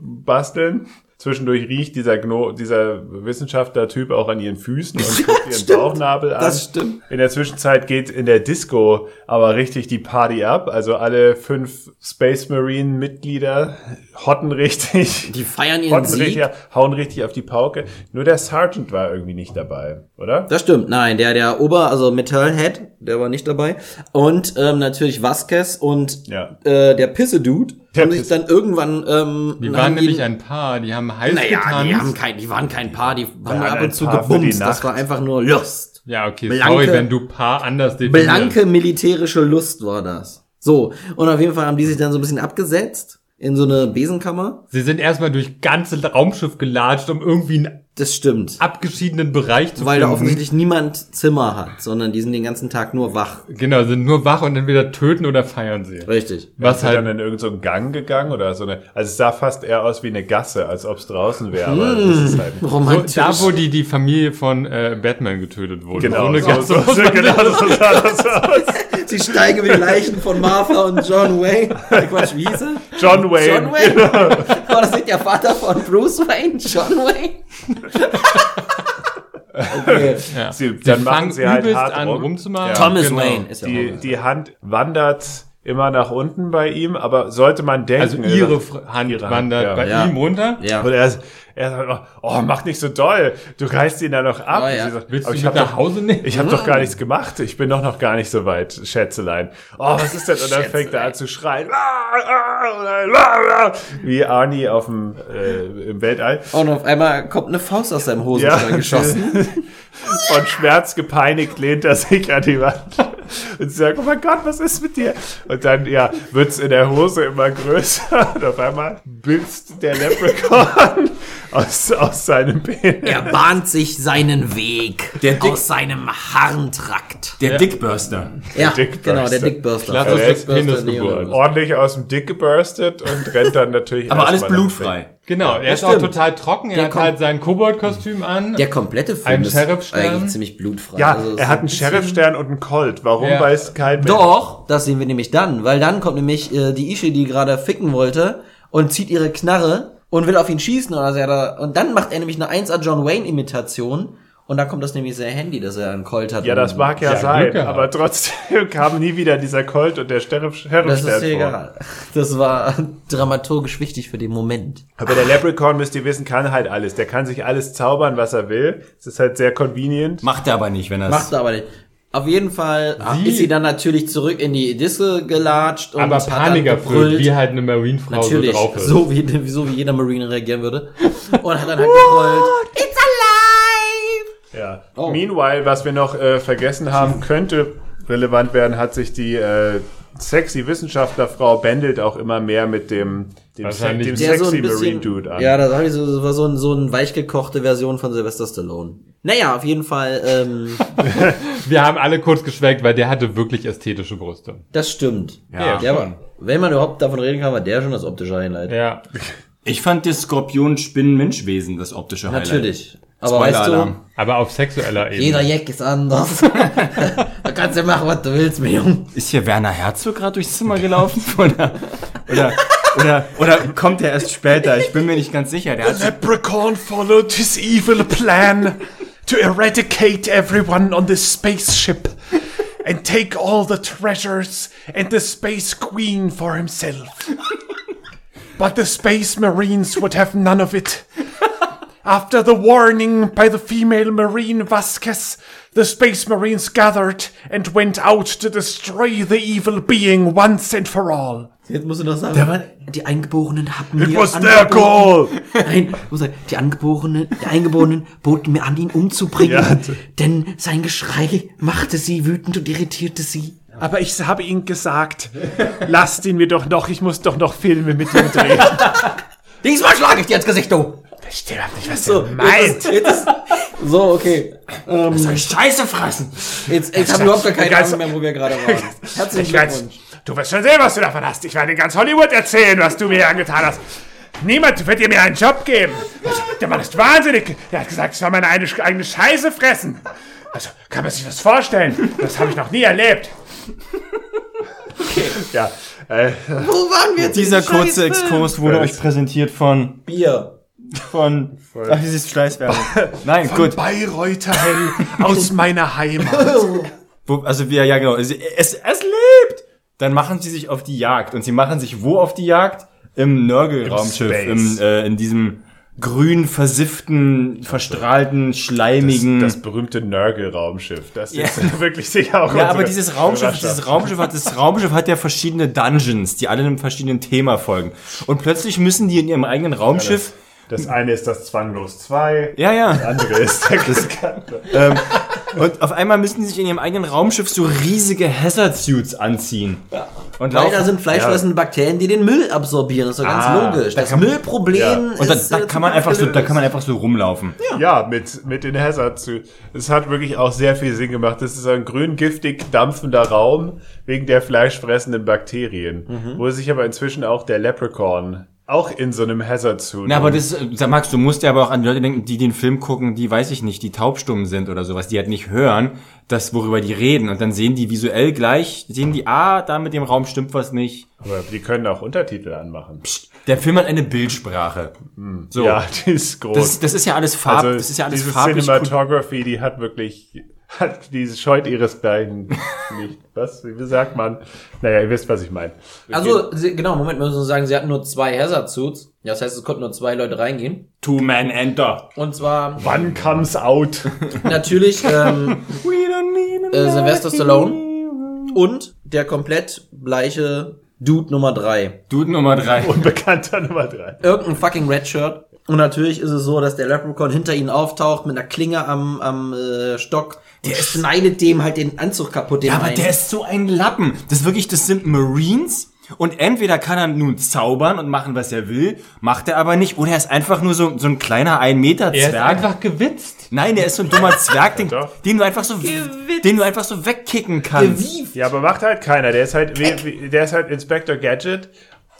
S1: rumzubasteln. Zwischendurch riecht dieser Gno, dieser Wissenschaftler-Typ auch an ihren Füßen
S6: *laughs*
S1: und guckt ihren Bauchnabel an.
S2: das stimmt.
S1: In der Zwischenzeit geht in der Disco aber richtig die Party ab. Also alle fünf Space Marine-Mitglieder hotten richtig.
S2: Die feiern ihren
S1: Hotten
S2: Sieg.
S1: richtig, hauen richtig auf die Pauke. Nur der Sergeant war irgendwie nicht dabei, oder?
S2: Das stimmt, nein, der, der Ober, also Metalhead, der war nicht dabei. Und ähm, natürlich Vasquez und
S1: Ja.
S2: äh, der Pisse-Dude
S1: Der
S2: haben sich
S1: Pisse-
S2: dann irgendwann... Ähm,
S6: Die
S2: haben
S6: waren nämlich
S2: ihn-
S6: ein Paar, die haben heiß
S2: Naja, die,
S6: getanzt.
S2: haben kein, die waren kein Paar, die haben
S1: waren
S2: ab
S1: ein
S2: und zu
S1: Paar für die
S2: gebumst. Das
S1: Nacht.
S2: war einfach nur Lust.
S6: ja, okay,
S2: Blanke-
S6: sorry, wenn du Paar anders definierst.
S2: Blanke militärische Lust war das. So, und auf jeden Fall haben die sich dann so ein bisschen abgesetzt in so eine Besenkammer.
S6: Sie sind erstmal durch ganze Raumschiff gelatscht, um irgendwie einen
S2: Das stimmt.
S6: abgeschiedenen Bereich zu
S2: Weil da
S6: finden.
S2: offensichtlich niemand Zimmer hat, sondern die sind den ganzen Tag nur wach.
S6: Genau, sind nur wach und entweder töten oder feiern sie.
S2: Richtig.
S6: Was
S1: Ist er
S6: halt
S1: dann in irgendeinen so einen Gang gegangen oder so eine. Also es sah fast eher aus wie eine Gasse, als ob es draußen wäre. Aber das
S6: Hm.
S1: ist halt
S6: So,
S2: Romantisch.
S6: da, wo die, die Familie von äh, Batman getötet wurde.
S1: genau
S6: Ohne
S1: so, *laughs*
S6: Gas-
S1: so, so, genau so sah das aus.
S2: die Steige mit den Leichen von Martha und John Wayne. Äh, Quatsch, wie hieß er?
S1: John Wayne. Genau.
S2: John Wayne. War das nicht der Vater von Bruce Wayne? John Wayne? okay.
S6: Ja.
S1: Sie-
S6: Sie
S1: dann machen
S6: fangen
S1: sie halt
S6: übelst
S1: hart
S6: an
S1: rum.
S6: rumzumachen.
S1: Ja.
S2: Thomas
S6: Genau.
S2: Wayne ist ja
S1: Die,
S2: auch.
S1: die Hand wandert immer nach unten bei ihm, aber sollte man denken.
S6: Also ihre Fr- Hand
S1: Ihre Hand,
S6: wandert
S1: ja.
S6: bei
S2: Ja.
S6: ihm runter.
S2: Ja.
S1: Und er, ist- er sagt, immer, oh, mach nicht so doll. Du reißt ihn da noch ab.
S2: Oh, ja. Ah.
S1: Und sie sagt,
S6: Willst
S1: aber
S6: du
S1: ich
S6: ihn
S1: hab
S6: nach
S1: doch-
S6: Hause nehmen?
S1: Ich habe doch gar nichts gemacht. Ich bin doch noch gar nicht so weit, Schätzelein. Oh, was ist denn? Und dann fängt er an zu schreien. Wie Arnie auf dem äh, im Weltall.
S2: Und auf einmal kommt eine Faust aus seinem Hosenstall geschossen.
S1: *laughs* Von Schmerz gepeinigt lehnt er sich an die Wand. Und sie sagt, oh mein Gott, was ist mit dir? Und dann, ja, wird's in der Hose immer größer. *laughs* Und auf einmal bilzt der Leprechaun *laughs* aus, aus seinem Penis.
S2: *laughs* Er bahnt sich seinen Weg
S7: Der Dick-
S2: aus seinem Harntrakt.
S7: der Dickburster.
S2: Ja,
S1: Dickburster.
S2: genau, der Dickburster.
S6: Klassische
S2: Dickburster,
S6: Penisgeburt.
S2: Neon.
S1: ordentlich aus dem Dick geburstet und rennt dann natürlich.
S7: Aber alles
S1: erstmal nach
S7: blutfrei.
S6: Genau, er ist auch
S2: stimmt.
S6: total trocken. Er
S2: Der
S6: hat
S2: kommt-
S6: halt sein Kobold-Kostüm an.
S2: Der komplette Film
S6: Ein
S2: ist
S6: Sheriff-Stern?
S2: eigentlich ziemlich blutfrei.
S1: Ja,
S2: Also, es
S1: er
S2: ist
S1: hat
S2: ein
S1: einen Sheriff-Stern und einen Colt. Warum
S6: Ja.
S1: weiß kein Mensch?
S2: Doch, das sehen wir nämlich dann, weil dann kommt nämlich äh, die Ische, die gerade ficken wollte, und zieht ihre Knarre und will auf ihn schießen. Oder so, oder- und dann macht er nämlich eine 1er John Wayne-Imitation. Und da kommt das nämlich sehr handy, dass er einen Colt hat.
S1: Ja, das
S2: Und-
S1: mag ja,
S6: Ja, Glück
S1: sein,
S6: gehabt.
S1: aber trotzdem *laughs* kam nie wieder dieser Colt und der Sheriff-
S2: Das ist dir
S1: Sheriff-Stern vor.
S2: egal. Das war *laughs* dramaturgisch wichtig für den Moment.
S1: Aber der Leprechaun, müsst ihr wissen, kann halt alles. Der kann sich alles zaubern, was er will. Es ist halt sehr convenient.
S7: Macht er aber nicht, wenn er
S2: Macht er aber nicht. Auf jeden Fall
S6: Sie-
S2: ist sie dann natürlich zurück in die Disse gelatscht und
S6: aber
S2: hat dann
S6: Paniker
S2: gebrüllt.
S6: wie halt eine Marinefrau so
S2: Natürlich,
S6: drauf ist.
S2: so wie, *laughs* so wie jeder Marine reagieren würde. Und hat dann halt gebrüllt.
S4: It's alive!
S1: Ja.
S2: Oh.
S1: Meanwhile, was wir noch äh, vergessen
S2: *laughs*
S1: haben, könnte relevant werden, hat sich die äh, sexy Wissenschaftlerfrau bändelt auch immer mehr mit dem, dem, se
S6: Wahrscheinlich.
S1: dem
S2: Der
S1: sexy
S2: so ein bisschen,
S1: Marine Dude an.
S2: Ja, das war so, das war so, ein, so eine weichgekochte Version von Sylvester Stallone. Naja, auf jeden Fall, ähm,
S1: *laughs*
S6: Wir haben alle kurz geschweckt, weil der hatte wirklich ästhetische Brüste.
S2: das stimmt.
S6: Ja,
S2: Der war, wenn man überhaupt davon reden kann, war der schon das optische Highlight.
S6: Ja.
S7: Ich fand das Skorpion-Spinnen-Menschwesen das optische Highlight.
S2: Natürlich. Aber weißt du,
S7: Spoiler-Alarm.
S6: Aber auf sexueller Ebene.
S2: jeder Jack ist
S6: *laughs*
S2: anders. da kannst du machen, was du willst, mein Junge.
S7: Ist hier Werner Herzog gerade durchs Zimmer gelaufen? *laughs* Oder, oder, oder, oder kommt er erst später? Ich bin mir nicht ganz sicher. Der hat
S1: Äh, Leprechaun followed his evil plan to eradicate everyone on this spaceship and take all the treasures and the space queen for himself. But the space marines would have none of it. After the warning by the female marine Vasquez, the space marines gathered and went out to destroy the evil being once and for all.
S2: Jetzt musst du noch sagen, die Eingeborenen haben mir angeboten- Nein, ich muss sagen, die Angeborenen, die Eingeborenen boten mir an, ihn umzubringen,
S1: Ja.
S2: denn sein Geschrei machte sie wütend und irritierte sie.
S1: Aber ich habe ihm gesagt, lasst ihn mir doch noch, ich muss doch noch Filme mit ihm drehen.
S2: Diesmal schlage ich dir ins Gesicht, du!
S1: *laughs* Ich verstehe überhaupt nicht, was
S2: So,
S1: er meint.
S2: jetzt ist- jetzt ist- So, okay.
S7: Scheiße fressen.
S2: Jetzt, jetzt haben wir überhaupt gar keine
S1: Ganz-
S2: Ahnung mehr, wo wir gerade waren. Herzlichen
S1: Ich weiß,
S2: Glückwunsch.
S1: du wirst schon sehen, was du davon hast. Ich werde in ganz Hollywood erzählen, was du mir angetan hast. Niemand wird dir mir einen Job geben. Also, der Mann ist wahnsinnig. Der hat gesagt, ich soll meine eine- eigene Scheiße fressen. Also, kann man sich das vorstellen? Das habe ich noch nie erlebt. Okay. Ja, äh,
S2: Wo waren wir jetzt?
S7: Dieser kurze Exkurs wurde euch präsentiert von,
S2: Bier.
S7: von, ach, dieses Schleißwerbung. *laughs* Nein, gut.
S1: Bayreuther Hell *laughs* aus meiner Heimat.
S7: Wo, also wir, ja genau, es, es, es lebt! Dann machen sie sich auf die Jagd. Und sie machen sich wo auf die Jagd? Im Nörgelraumschiff,
S1: Space.
S7: im, äh, in diesem grün versifften, verstrahlten,
S1: Das,
S7: schleimigen.
S1: das berühmte Nörgel-Raumschiff. Das ist *laughs* wirklich sicher auch
S7: ja, aber
S1: unsere
S7: dieses Raumschiff,
S1: Hörerschaft.
S7: dieses Raumschiff hat, das Raumschiff hat ja verschiedene Dungeons, die alle einem verschiedenen Thema folgen. Und plötzlich müssen die in ihrem eigenen Raumschiff,
S1: Das eine ist das Zwanglos 2,
S7: ja, ja,
S1: das andere ist
S7: *laughs*
S1: der
S7: Ähm, und auf einmal müssen die sich in ihrem eigenen Raumschiff so riesige Hazard-Suits anziehen. Und
S2: Leider
S7: laufen.
S2: sind fleischfressende Bakterien, die den Müll absorbieren. Das ist doch ganz
S1: Ah,
S2: logisch.
S1: da
S2: Das
S1: kann-
S2: Müllproblem
S1: Ja.
S2: ist.
S7: Und dann, da
S2: äh,
S7: kann man einfach so, da kann man einfach so rumlaufen.
S1: Ja, mit, mit den Hazard zu. Es hat wirklich auch sehr viel Sinn gemacht. Das ist ein grün-giftig dampfender Raum wegen der fleischfressenden Bakterien,
S7: Mhm.
S1: wo sich aber inzwischen auch der Leprechaun auch in so einem um- Hazard zu.
S7: Na, aber das, äh, sag, Max, du musst ja aber auch an Leute denken, die den Film gucken, die, weiß ich nicht, die taubstumm sind oder sowas, die halt nicht hören, das, worüber die reden. Und dann sehen die visuell gleich, sehen die, ah, da mit dem Raum stimmt was nicht.
S1: aber die können auch Untertitel anmachen.
S7: Der Film hat eine Bildsprache. So.
S1: Ja, die ist groß.
S7: Das, das ist ja alles Farb,
S1: also
S7: das ist ja alles
S1: diese
S7: farblich.
S1: Cinematography, die hat wirklich, hat diese scheut
S7: *laughs*
S1: ihresgleichen nicht. Was? Wie sagt man? Naja, ihr wisst, was ich meine.
S2: Also, sie, genau, Moment, wir müssen sagen, sie hatten nur zwei Hazard-Suits. Ja, Das heißt, es konnten nur zwei Leute reingehen.
S7: Two-Man-Enter.
S2: Und zwar
S1: Wann comes out?
S7: *laughs*
S2: natürlich ähm,
S7: We don't need
S2: äh, Sylvester Stallone und der komplett bleiche Dude Nummer drei.
S7: Dude Nummer drei.
S1: Unbekannter *laughs* Nummer drei.
S2: Irgendein fucking Redshirt. Und natürlich ist es so, dass der Leprechaun hinter ihnen auftaucht mit einer Klinge am, am äh, Stock. Der schneidet dem halt den Anzug kaputt. Den
S7: Ja, aber
S2: einen.
S7: der ist so ein Lappen. Das ist wirklich, das sind Marines. Und entweder kann er nun zaubern und machen, was er will, macht er aber nicht. Oder er ist einfach nur so, so ein kleiner
S6: Er ist
S7: Ein-Meter-Zwerg.
S6: einfach gewitzt.
S7: Nein, der ist so ein dummer Zwerg, den,
S1: Doch.
S7: den du einfach so, den du einfach so wegkicken kannst.
S2: Wie?
S1: Ja, aber macht halt keiner. Der ist halt, wie, wie, der ist halt Inspector Gadget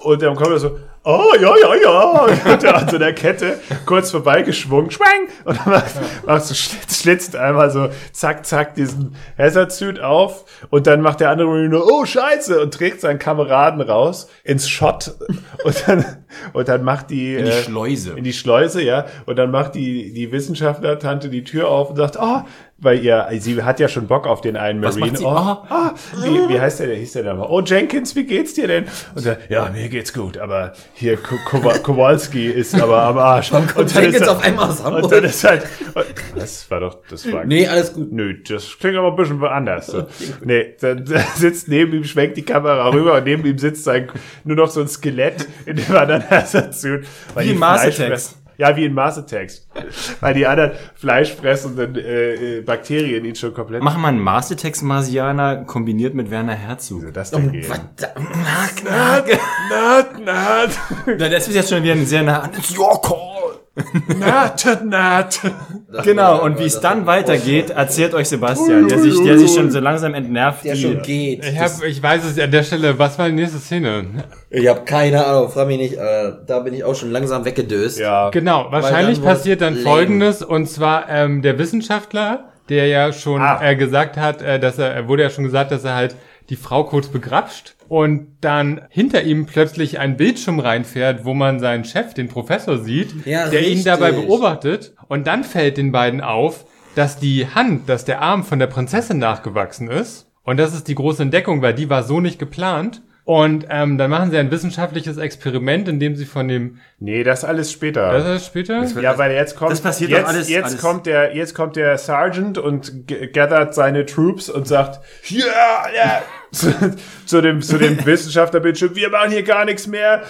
S1: und dann kommt er so, oh, ja, ja, ja, wird er an so einer Kette kurz vorbeigeschwungen, schwang, und dann macht, macht so, schlitzt, schlitzt einmal so, zack, zack, diesen Hazard-Suit auf, und dann macht der andere nur, oh, scheiße, und trägt seinen Kameraden raus ins Schott, und dann, und dann macht die,
S7: Die
S1: äh,
S7: Schleuse.
S1: in die Schleuse, ja. Und dann macht die, die Wissenschaftler-Tante die Tür auf und sagt, oh, weil ihr, sie hat ja schon Bock auf den einen
S7: Was
S1: Marine.
S7: macht sie?
S1: Oh, ah, wie, wie heißt der, der hieß der nochmal? Oh, Jenkins, wie geht's dir denn? Und er, ja, mir geht's gut, aber hier Ko- Kowa- Kowalski ist aber am Arsch. Und
S2: kommt
S1: dann
S2: Jenkins
S1: ist er-
S2: auf einmal aus Hamburg?
S1: Und dann ist halt, und, das war doch, das war
S2: Nee, alles gut.
S1: Nö, das klingt aber ein bisschen anders. So. Nee, dann *laughs* sitzt neben ihm, schwenkt die Kamera rüber und neben ihm sitzt sein, nur noch so ein Skelett in dem *laughs* anderen Ersatzsuit.
S7: Wie in Mars Attacks.
S1: Ja, wie in Mars Attacks. Weil die anderen fleischfressenden äh, äh, Bakterien ihn schon komplett...
S7: Machen wir einen Mastertext Marsianer kombiniert mit Werner Herzog.
S1: das dagegen.
S7: Nerd, nerd. Na, das ist jetzt schon wieder ein sehr nah. It's your call.
S1: Nerd, nerd.
S7: Genau, und wie es dann weitergeht, erzählt euch Sebastian, der sich, der sich schon so langsam entnervt.
S2: Der
S7: wie- *laughs*
S2: schon geht.
S6: Ich, hab, ich weiß es an der Stelle, was war die nächste Szene?
S2: Ich habe keine Ahnung, frag mich nicht. Äh, da bin ich auch schon langsam weggedöst.
S1: Ja,
S6: Genau,
S2: dann
S6: wahrscheinlich
S2: wurde es
S6: passiert dann
S2: lame.
S6: folgendes, und zwar ähm, der Wissenschaftler, der ja schon
S1: Ah.
S6: äh, gesagt hat, äh, dass er, er wurde ja schon gesagt, dass er halt die Frau kurz begrapscht und dann hinter ihm plötzlich ein Bildschirm reinfährt, wo man seinen Chef, den Professor, sieht,
S2: Ja,
S6: der ihn dabei
S2: richtig.
S6: beobachtet und dann fällt den beiden auf, dass die Hand, dass der Arm von der Prinzessin nachgewachsen ist und das ist die große Entdeckung, weil die war so nicht geplant. Und ähm, dann machen sie ein wissenschaftliches Experiment, indem sie von dem...
S1: nee, das alles später.
S6: Das ist später?
S1: Ja, weil jetzt kommt
S7: Das passiert
S1: jetzt,
S7: doch alles-
S1: jetzt
S7: alles.
S1: kommt der jetzt kommt der Sergeant und g- gathert seine Troops und sagt ja ja *laughs* zu, zu dem zu
S7: *laughs*
S1: dem Wissenschaftler bitte wir machen hier gar nichts mehr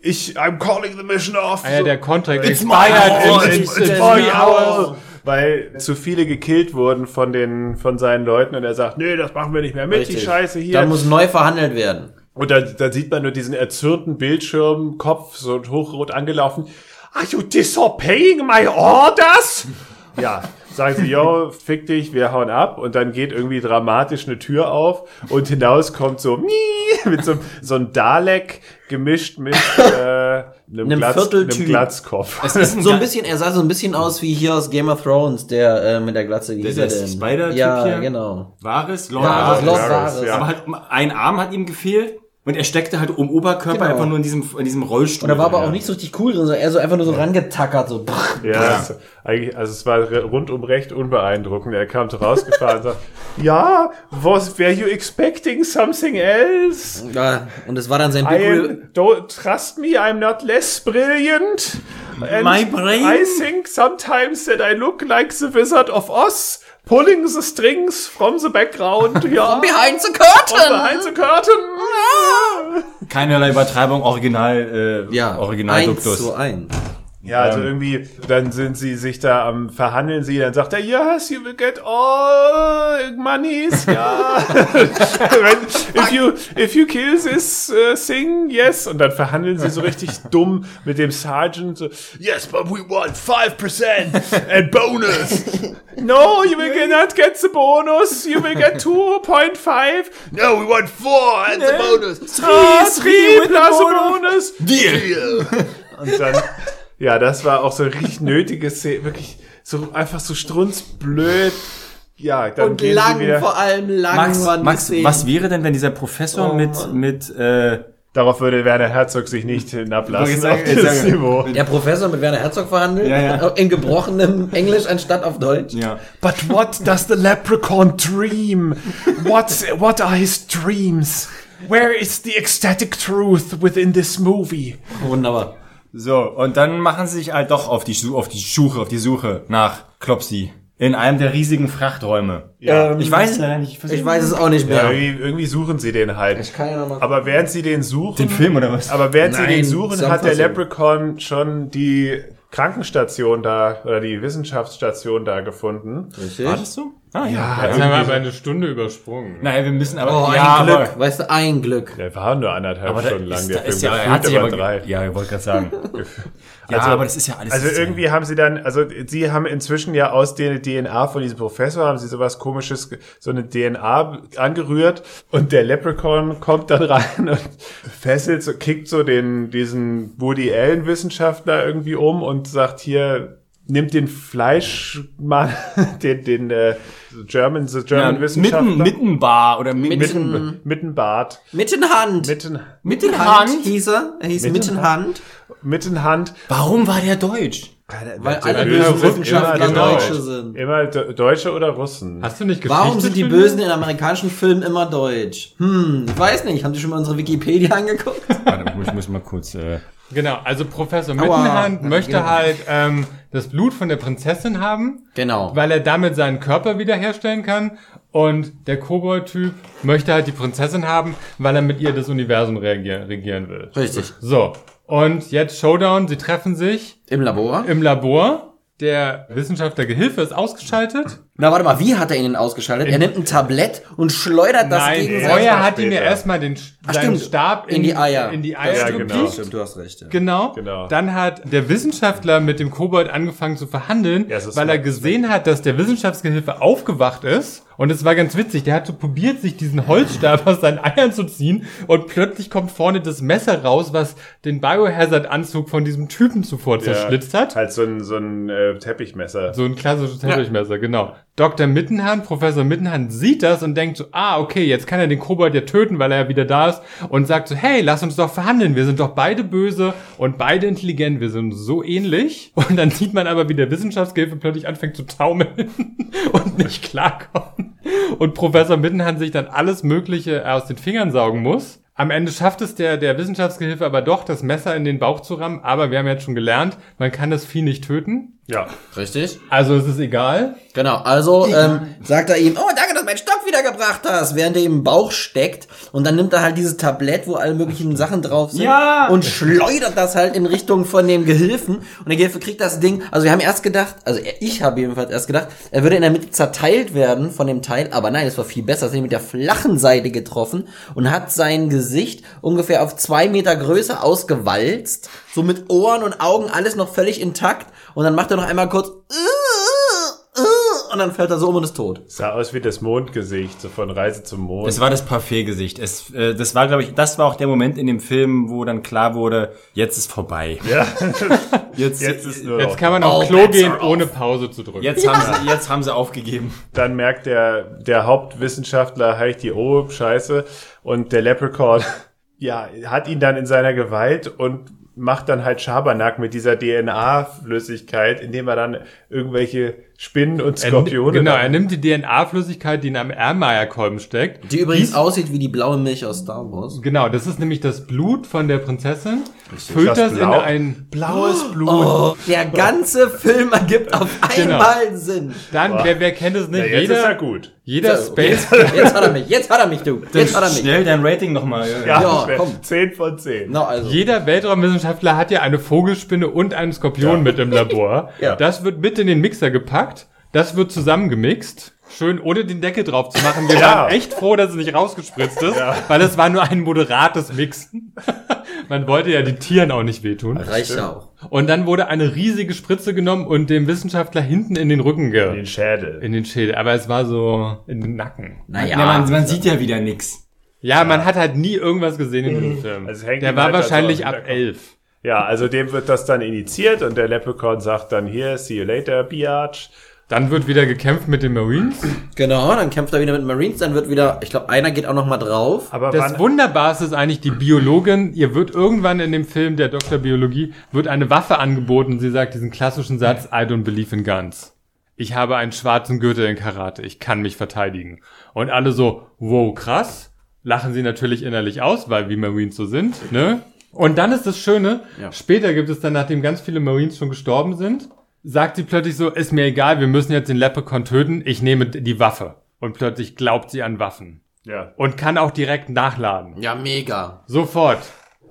S1: ich I'm calling the mission off
S6: Ah ja, der Contract
S1: It's
S6: expired
S1: my
S6: in, in,
S1: it's, it's my
S6: in three hours.
S1: hour. weil zu viele gekillt wurden von den von seinen Leuten und er sagt nee das machen wir nicht mehr mit die Scheiße hier
S2: Da muss neu verhandelt werden.
S1: und da, da sieht man nur diesen erzürnten Bildschirm, Kopf so hochrot angelaufen. Are you disobeying my orders? Ja, sagen sie, yo, fick dich, wir hauen ab. Und dann geht irgendwie dramatisch eine Tür auf und hinaus kommt so Mii, mit so, so einem Dalek gemischt mit äh, einem,
S2: Einem
S1: Glatz,
S2: Vierteltyp.
S1: einem Glatzkopf.
S2: So ein bisschen, er sah so ein bisschen aus wie hier aus Game of Thrones, der äh, mit der Glatze, wie hieß
S7: der
S2: er denn?
S7: Spider-Typ
S2: ja,
S7: hier? Ah,
S2: genau.
S7: Wahres,
S2: Ja,
S7: Laura.
S2: Lost
S1: ja,
S2: Wahres.
S1: ja.
S7: Aber halt, ein Arm hat ihm gefehlt und er steckte halt um Oberkörper
S2: Genau.
S7: einfach nur in diesem, in diesem Rollstuhl.
S2: Und da war aber auch nicht so richtig cool drin, sondern eher so einfach nur so rangetackert, so.
S1: *laughs* Ja, es- eigentlich, also es war re- rundum recht unbeeindruckend. Er kam so rausgefahren und sagt, ja, was, were you expecting something else?
S2: Ja, und es war dann sein
S1: I
S2: Big Re
S1: am, don't trust me, I'm not less brilliant. And
S7: My brain?
S1: I think sometimes that I look like the Wizard of Oz, pulling the strings from the background. Ja.
S5: Behind the curtain.
S1: From
S2: Oh,
S1: behind the curtain.
S7: Keinerlei Übertreibung, Original, äh,
S2: Ja, eins
S7: Originalduktus.
S2: zu eins.
S1: Ja, also
S3: Ähm.
S1: irgendwie, dann sind sie sich da am verhandeln sie, dann sagt er, yes, you will get all monies, ja. *laughs* Wenn- if you, if you kill this uh, thing, yes. Und dann verhandeln sie so richtig dumm mit dem Sergeant, so,
S3: Yes, but we want 5% and *laughs* bonus.
S1: No, you will not get the bonus. You will get 2.5.
S3: No, we want 4 and the bonus.
S1: Ah, three plus bonus.
S3: Deal.
S1: Und dann, ja, das war auch so ein richtig nötiges Szene. Wirklich so einfach so strunzblöd. Ja, dann
S2: Und
S1: gehen
S2: lang,
S1: sie wieder.
S2: vor allem lang
S7: Max,
S2: waren die
S7: Max
S2: Szenen.
S7: was wäre denn, wenn dieser Professor
S2: Oh,
S7: mit,
S2: Mann.
S7: mit, äh,
S1: Darauf würde Werner Herzog sich nicht hinablassen.
S7: Ich sag-
S1: auf
S7: ich
S1: dieses
S7: sag-
S1: Niveau.
S2: Der Professor mit Werner Herzog verhandelt, äh,
S7: Ja, ja.
S2: in gebrochenem Englisch anstatt auf Deutsch.
S7: ja.
S1: But what does the leprechaun dream? What, what are his dreams? Where is the ecstatic truth within this movie?
S2: Wunderbar.
S7: So, und dann machen sie sich halt doch auf die, Su- auf die Suche, auf die Suche nach Klopsi. In einem der riesigen Frachträume.
S1: Ja.
S7: Ich weiß es leider nicht. versuche-
S2: Ähm, Ich weiß es auch nicht mehr.
S1: Irgendwie, irgendwie suchen sie den halt.
S2: Ich kann ja noch mal-
S1: Aber während sie den suchen,
S7: Den Film oder was?
S1: aber während sie
S2: Nein,
S1: den suchen, hat der
S2: Zusammenfassung.
S1: Leprechaun schon die Krankenstation da oder die Wissenschaftsstation da gefunden.
S2: Richtig.
S7: War das so? Ah, ja.
S6: Jetzt haben wir aber eine Stunde übersprungen.
S7: Naja, wir müssen aber.
S2: Oh, ein
S7: ja,
S2: Glück,
S7: aber,
S2: weißt du, ein Glück.
S1: Der war nur anderthalb
S7: aber da
S1: Stunden lang,
S7: ist,
S1: der
S7: da
S1: Film.
S7: ist ja, er
S1: gefühlt
S7: hat sich
S1: aber
S7: aber
S1: drei.
S7: Ja, ich wollte gerade *laughs* sagen.
S1: *laughs*
S7: ja,
S1: Also-
S7: aber das ist ja alles.
S1: Also
S7: das ist ja-
S1: irgendwie haben sie dann, also sie haben inzwischen ja aus der DNA von diesem Professor, haben sie sowas komisches, ge- so eine DNA angerührt und der Leprechaun kommt dann rein und fesselt, so, kickt so den, diesen Woody Allen Wissenschaftler irgendwie um und sagt hier, nimmt den Fleischmann, *laughs* den, den, äh, German, the German Wissenschaftler.
S7: mitten, mittenbar oder mitten.
S1: mitten, mitten Bart,
S2: Mittenhand.
S1: mitten,
S2: Mittenhand hieß er. Er hieß
S1: Mittenhand?
S2: Mittenhand,
S1: mitten Hand.
S7: Warum war der deutsch?
S2: weil alle
S6: Bösen
S2: bösen
S6: sind
S2: Wissenschaftler
S1: genau.
S6: immer deutsch.
S2: Deutsche sind.
S1: Immer De- Deutsche oder Russen.
S6: Hast du nicht Geschichte
S2: Warum sind die
S6: studiert?
S2: Bösen in amerikanischen Filmen immer deutsch? Hm, ich weiß nicht. Haben Sie schon mal unsere Wikipedia angeguckt?
S7: Warte, ich muss- ich muss mal kurz. Äh,
S6: Genau, also Professor
S2: Aua.
S6: Mittenhand
S2: Ja,
S6: möchte
S2: genau.
S6: halt ähm, das Blut von der Prinzessin haben,
S2: Genau.
S6: weil er damit seinen Körper wiederherstellen kann. Und der Kobold-Typ möchte halt die Prinzessin haben, weil er mit ihr das Universum regier regieren will.
S2: Richtig.
S6: So, und jetzt Showdown, sie treffen sich
S2: Im Labor?
S6: im Labor. Der Wissenschaftler Gehilfe ist ausgeschaltet.
S2: Na, warte mal, wie hat er ihn denn ausgeschaltet? Er nimmt ein Tablett und schleudert das
S6: Nein,
S2: gegen
S6: vorher hat ihm ja
S1: später.
S6: erstmal den Ach, seinen
S2: stimmt.
S6: Stab
S2: In die Eier.
S6: In die Eier
S1: Ja,
S6: gepiekt.
S1: genau.
S2: Stimmt, du hast recht. ja.
S6: Genau.
S1: Genau.
S6: Dann hat der Wissenschaftler mit dem Kobold angefangen zu verhandeln,
S1: Ja, es ist
S6: weil er
S1: weg.
S6: gesehen hat, dass der Wissenschaftsgehilfe aufgewacht ist. Und es war ganz witzig. Der hat so probiert, sich diesen Holzstab *laughs* aus seinen Eiern zu ziehen. Und plötzlich kommt vorne das Messer raus, was den Biohazard-Anzug von diesem Typen zuvor zerschlitzt hat.
S1: Halt so ein, so ein äh, Teppichmesser.
S6: So ein klassisches Teppichmesser, genau. Dr. Mittenhand, Professor Mittenhand sieht das und denkt so, ah, okay, jetzt kann er den Kobold ja töten, weil er ja wieder da ist und sagt so, hey, lass uns doch verhandeln, wir sind doch beide böse und beide intelligent, wir sind so ähnlich. Und dann sieht man aber, wie der Wissenschaftsgehilfe plötzlich anfängt zu taumeln *laughs* und nicht klarkommt. Und Professor Mittenhand sich dann alles Mögliche aus den Fingern saugen muss. Am Ende schafft es der, der Wissenschaftsgehilfe aber doch, das Messer in den Bauch zu rammen. Aber wir haben jetzt schon gelernt, man kann das Vieh nicht töten.
S1: Ja.
S2: Richtig?
S6: Also es ist egal.
S2: Genau, also ähm, sagt er ihm, oh, danke, dass du meinen Stock wiedergebracht hast, während er ihm im Bauch steckt. Und dann nimmt er halt dieses Tablett, wo alle möglichen Sachen drauf sind
S7: Ja!
S2: und schleudert das halt in Richtung von dem Gehilfen. Und der Gehilfe kriegt das Ding, also wir haben erst gedacht, also ich habe jedenfalls erst gedacht, er würde in der Mitte zerteilt werden von dem Teil, aber nein, es war viel besser. Es hat ihn mit der flachen Seite getroffen und hat sein Gesicht ungefähr auf zwei Meter Größe ausgewalzt, so mit Ohren und Augen, alles noch völlig intakt. Und dann macht er noch einmal kurz und dann fällt er so um und ist tot.
S1: Sah aus wie das Mondgesicht, so von Reise zum Mond.
S7: Das war das Parfait-Gesicht. Es, äh, das war, glaube ich, das war auch der Moment in dem Film, wo dann klar wurde, jetzt ist vorbei. Ja. jetzt, äh,
S1: Jetzt ist nur
S6: Jetzt
S1: noch.
S6: kann man auf
S2: Oh,
S6: Klo
S2: bets
S6: gehen,
S2: are off.
S6: ohne Pause zu drücken.
S7: jetzt haben sie, jetzt haben sie aufgegeben.
S1: Dann merkt der, der Hauptwissenschaftler halt die oh, Scheiße und der Leprechaun *laughs* ja, hat ihn dann in seiner Gewalt und macht dann halt Schabernack mit dieser DNA-Flüssigkeit, indem er dann irgendwelche Spinnen und
S6: Er nimmt-
S1: Skorpione.
S6: Genau, er
S1: dann-
S6: nimmt die DNA-Flüssigkeit, die in einem Ermeierkolben steckt.
S2: Die übrigens aussieht wie die blaue Milch aus Star Wars.
S6: Genau, das ist nämlich das Blut von der Prinzessin. Füllt das,
S1: Das
S6: in
S1: Blau-
S6: ein... Oh,
S1: blaues Blut.
S2: Der ganze Film ergibt auf
S6: Genau.
S2: einmal Sinn.
S6: Dann, wer, wer kennt es
S1: ja,
S6: nicht?
S1: jetzt ist er
S6: jeder
S1: gut.
S6: jeder Space...
S2: Jetzt hat er mich, jetzt hat er mich, du. Jetzt hat er mich.
S7: Schnell dein Rating nochmal.
S1: Ja,
S2: Ja,
S1: das wär
S2: komm.
S1: 10 von 10.
S2: Na also.
S6: Jeder Weltraumwissenschaftler hat ja eine Vogelspinne und einen Skorpion mit im Labor.
S2: Ja.
S6: Das wird mit in den Mixer gepackt. Das wird zusammengemixt. Schön, ohne den Deckel drauf zu machen. Wir
S1: Ja.
S6: waren echt froh, dass es nicht rausgespritzt ist, weil es war nur ein moderates Mixen. *laughs* Man wollte ja den Tieren auch nicht wehtun.
S2: Reicht ja auch.
S6: Und dann wurde eine riesige Spritze genommen und dem Wissenschaftler hinten in den Rücken
S1: Den
S6: ge
S1: Schädel.
S6: in den Schädel. Aber es war so in den Nacken.
S2: Naja.
S7: man, man sieht ja wieder nix.
S6: Ja, man hat halt nie irgendwas gesehen in dem Film.
S1: Also es hängt
S6: Der
S1: ihm
S6: war
S1: halt also
S6: wahrscheinlich
S1: am
S6: ab
S1: Hinterkopf.
S6: elf.
S1: Ja, also dem wird das dann initiiert und der Leprechaun sagt dann hier, see you later, Biatch.
S6: Dann wird wieder gekämpft mit den Marines.
S2: Genau, dann kämpft er wieder mit Marines, dann wird wieder, ich glaube, einer geht auch noch mal drauf.
S1: Aber
S6: Das
S1: wann,
S6: Wunderbarste ist eigentlich die Biologin. Ihr wird irgendwann in dem Film der Dr. Biologie wird eine Waffe angeboten. Sie sagt diesen klassischen Satz, I don't believe in guns. Ich habe einen schwarzen Gürtel in Karate. Ich kann mich verteidigen. Und alle so, wow, krass. Lachen sie natürlich innerlich aus, weil wie Marines so sind, ne? Und dann ist das Schöne, später gibt es dann, nachdem ganz viele Marines schon gestorben sind, sagt sie plötzlich so, ist mir egal, wir müssen jetzt den Leprechaun töten, ich nehme die Waffe. Und plötzlich glaubt sie an Waffen
S1: ja.
S6: und kann auch direkt nachladen.
S2: Ja, mega.
S6: Sofort.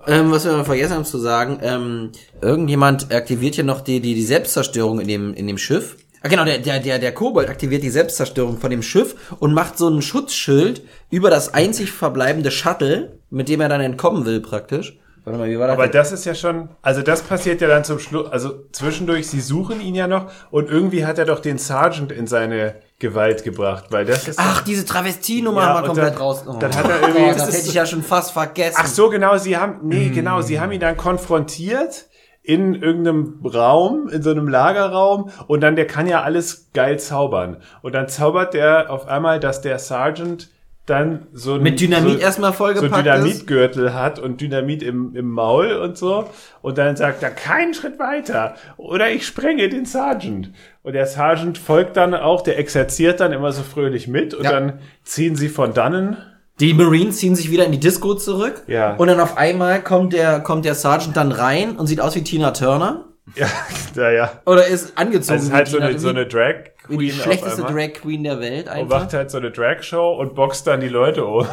S2: Ähm, was wir noch vergessen haben zu sagen, ähm, irgendjemand aktiviert hier noch die, die, die Selbstzerstörung in dem, in dem Schiff. Ah, genau, der, der, der, der Kobold aktiviert die Selbstzerstörung von dem Schiff und macht so ein Schutzschild über das einzig verbleibende Shuttle, mit dem er dann entkommen will, praktisch. Warte mal, wie war das?
S1: Aber das ist ja schon, also das passiert ja dann zum Schluss, also zwischendurch, sie suchen ihn ja noch und irgendwie hat er doch den Sergeant in seine Gewalt gebracht, weil das ist.
S2: Ach, diese Travestie-Nummer
S1: Ja,
S2: haben wir
S1: und
S2: komplett
S1: dann-
S2: raus. Oh.
S1: dann hat er irgendwie-
S2: das, hätte ich ja schon fast vergessen.
S1: Ach so, genau, sie haben, nee, genau, sie haben ihn dann konfrontiert in irgendeinem Raum, in so einem Lagerraum und dann, der kann ja alles geil zaubern. Und dann zaubert der auf einmal, dass der Sergeant dann so ein,
S2: Mit
S1: so,
S2: Dynamit erstmal vollgepackt
S1: so
S2: ist.
S1: Dynamitgürtel hat und Dynamit im, im Maul und so und dann sagt er keinen Schritt weiter oder ich sprenge den Sergeant und der Sergeant folgt dann auch der exerziert dann immer so fröhlich mit und
S2: Ja.
S1: dann ziehen sie von dannen
S2: Die Marines ziehen sich wieder in die Disco zurück.
S1: Ja.
S2: Und dann auf einmal kommt der, kommt der Sergeant dann rein und sieht aus wie Tina Turner.
S1: ja *laughs* naja
S2: Oder ist
S1: Also
S2: angezogen.
S1: es ist
S2: wie
S1: halt so
S2: Tina-
S1: eine, so eine Drag
S2: wie, wie
S1: Queen
S2: die
S1: auf
S2: schlechteste
S1: einmal.
S2: Drag Queen der Welt
S1: und
S2: einfach.
S1: macht halt so eine Drag Show und boxt dann die Leute um.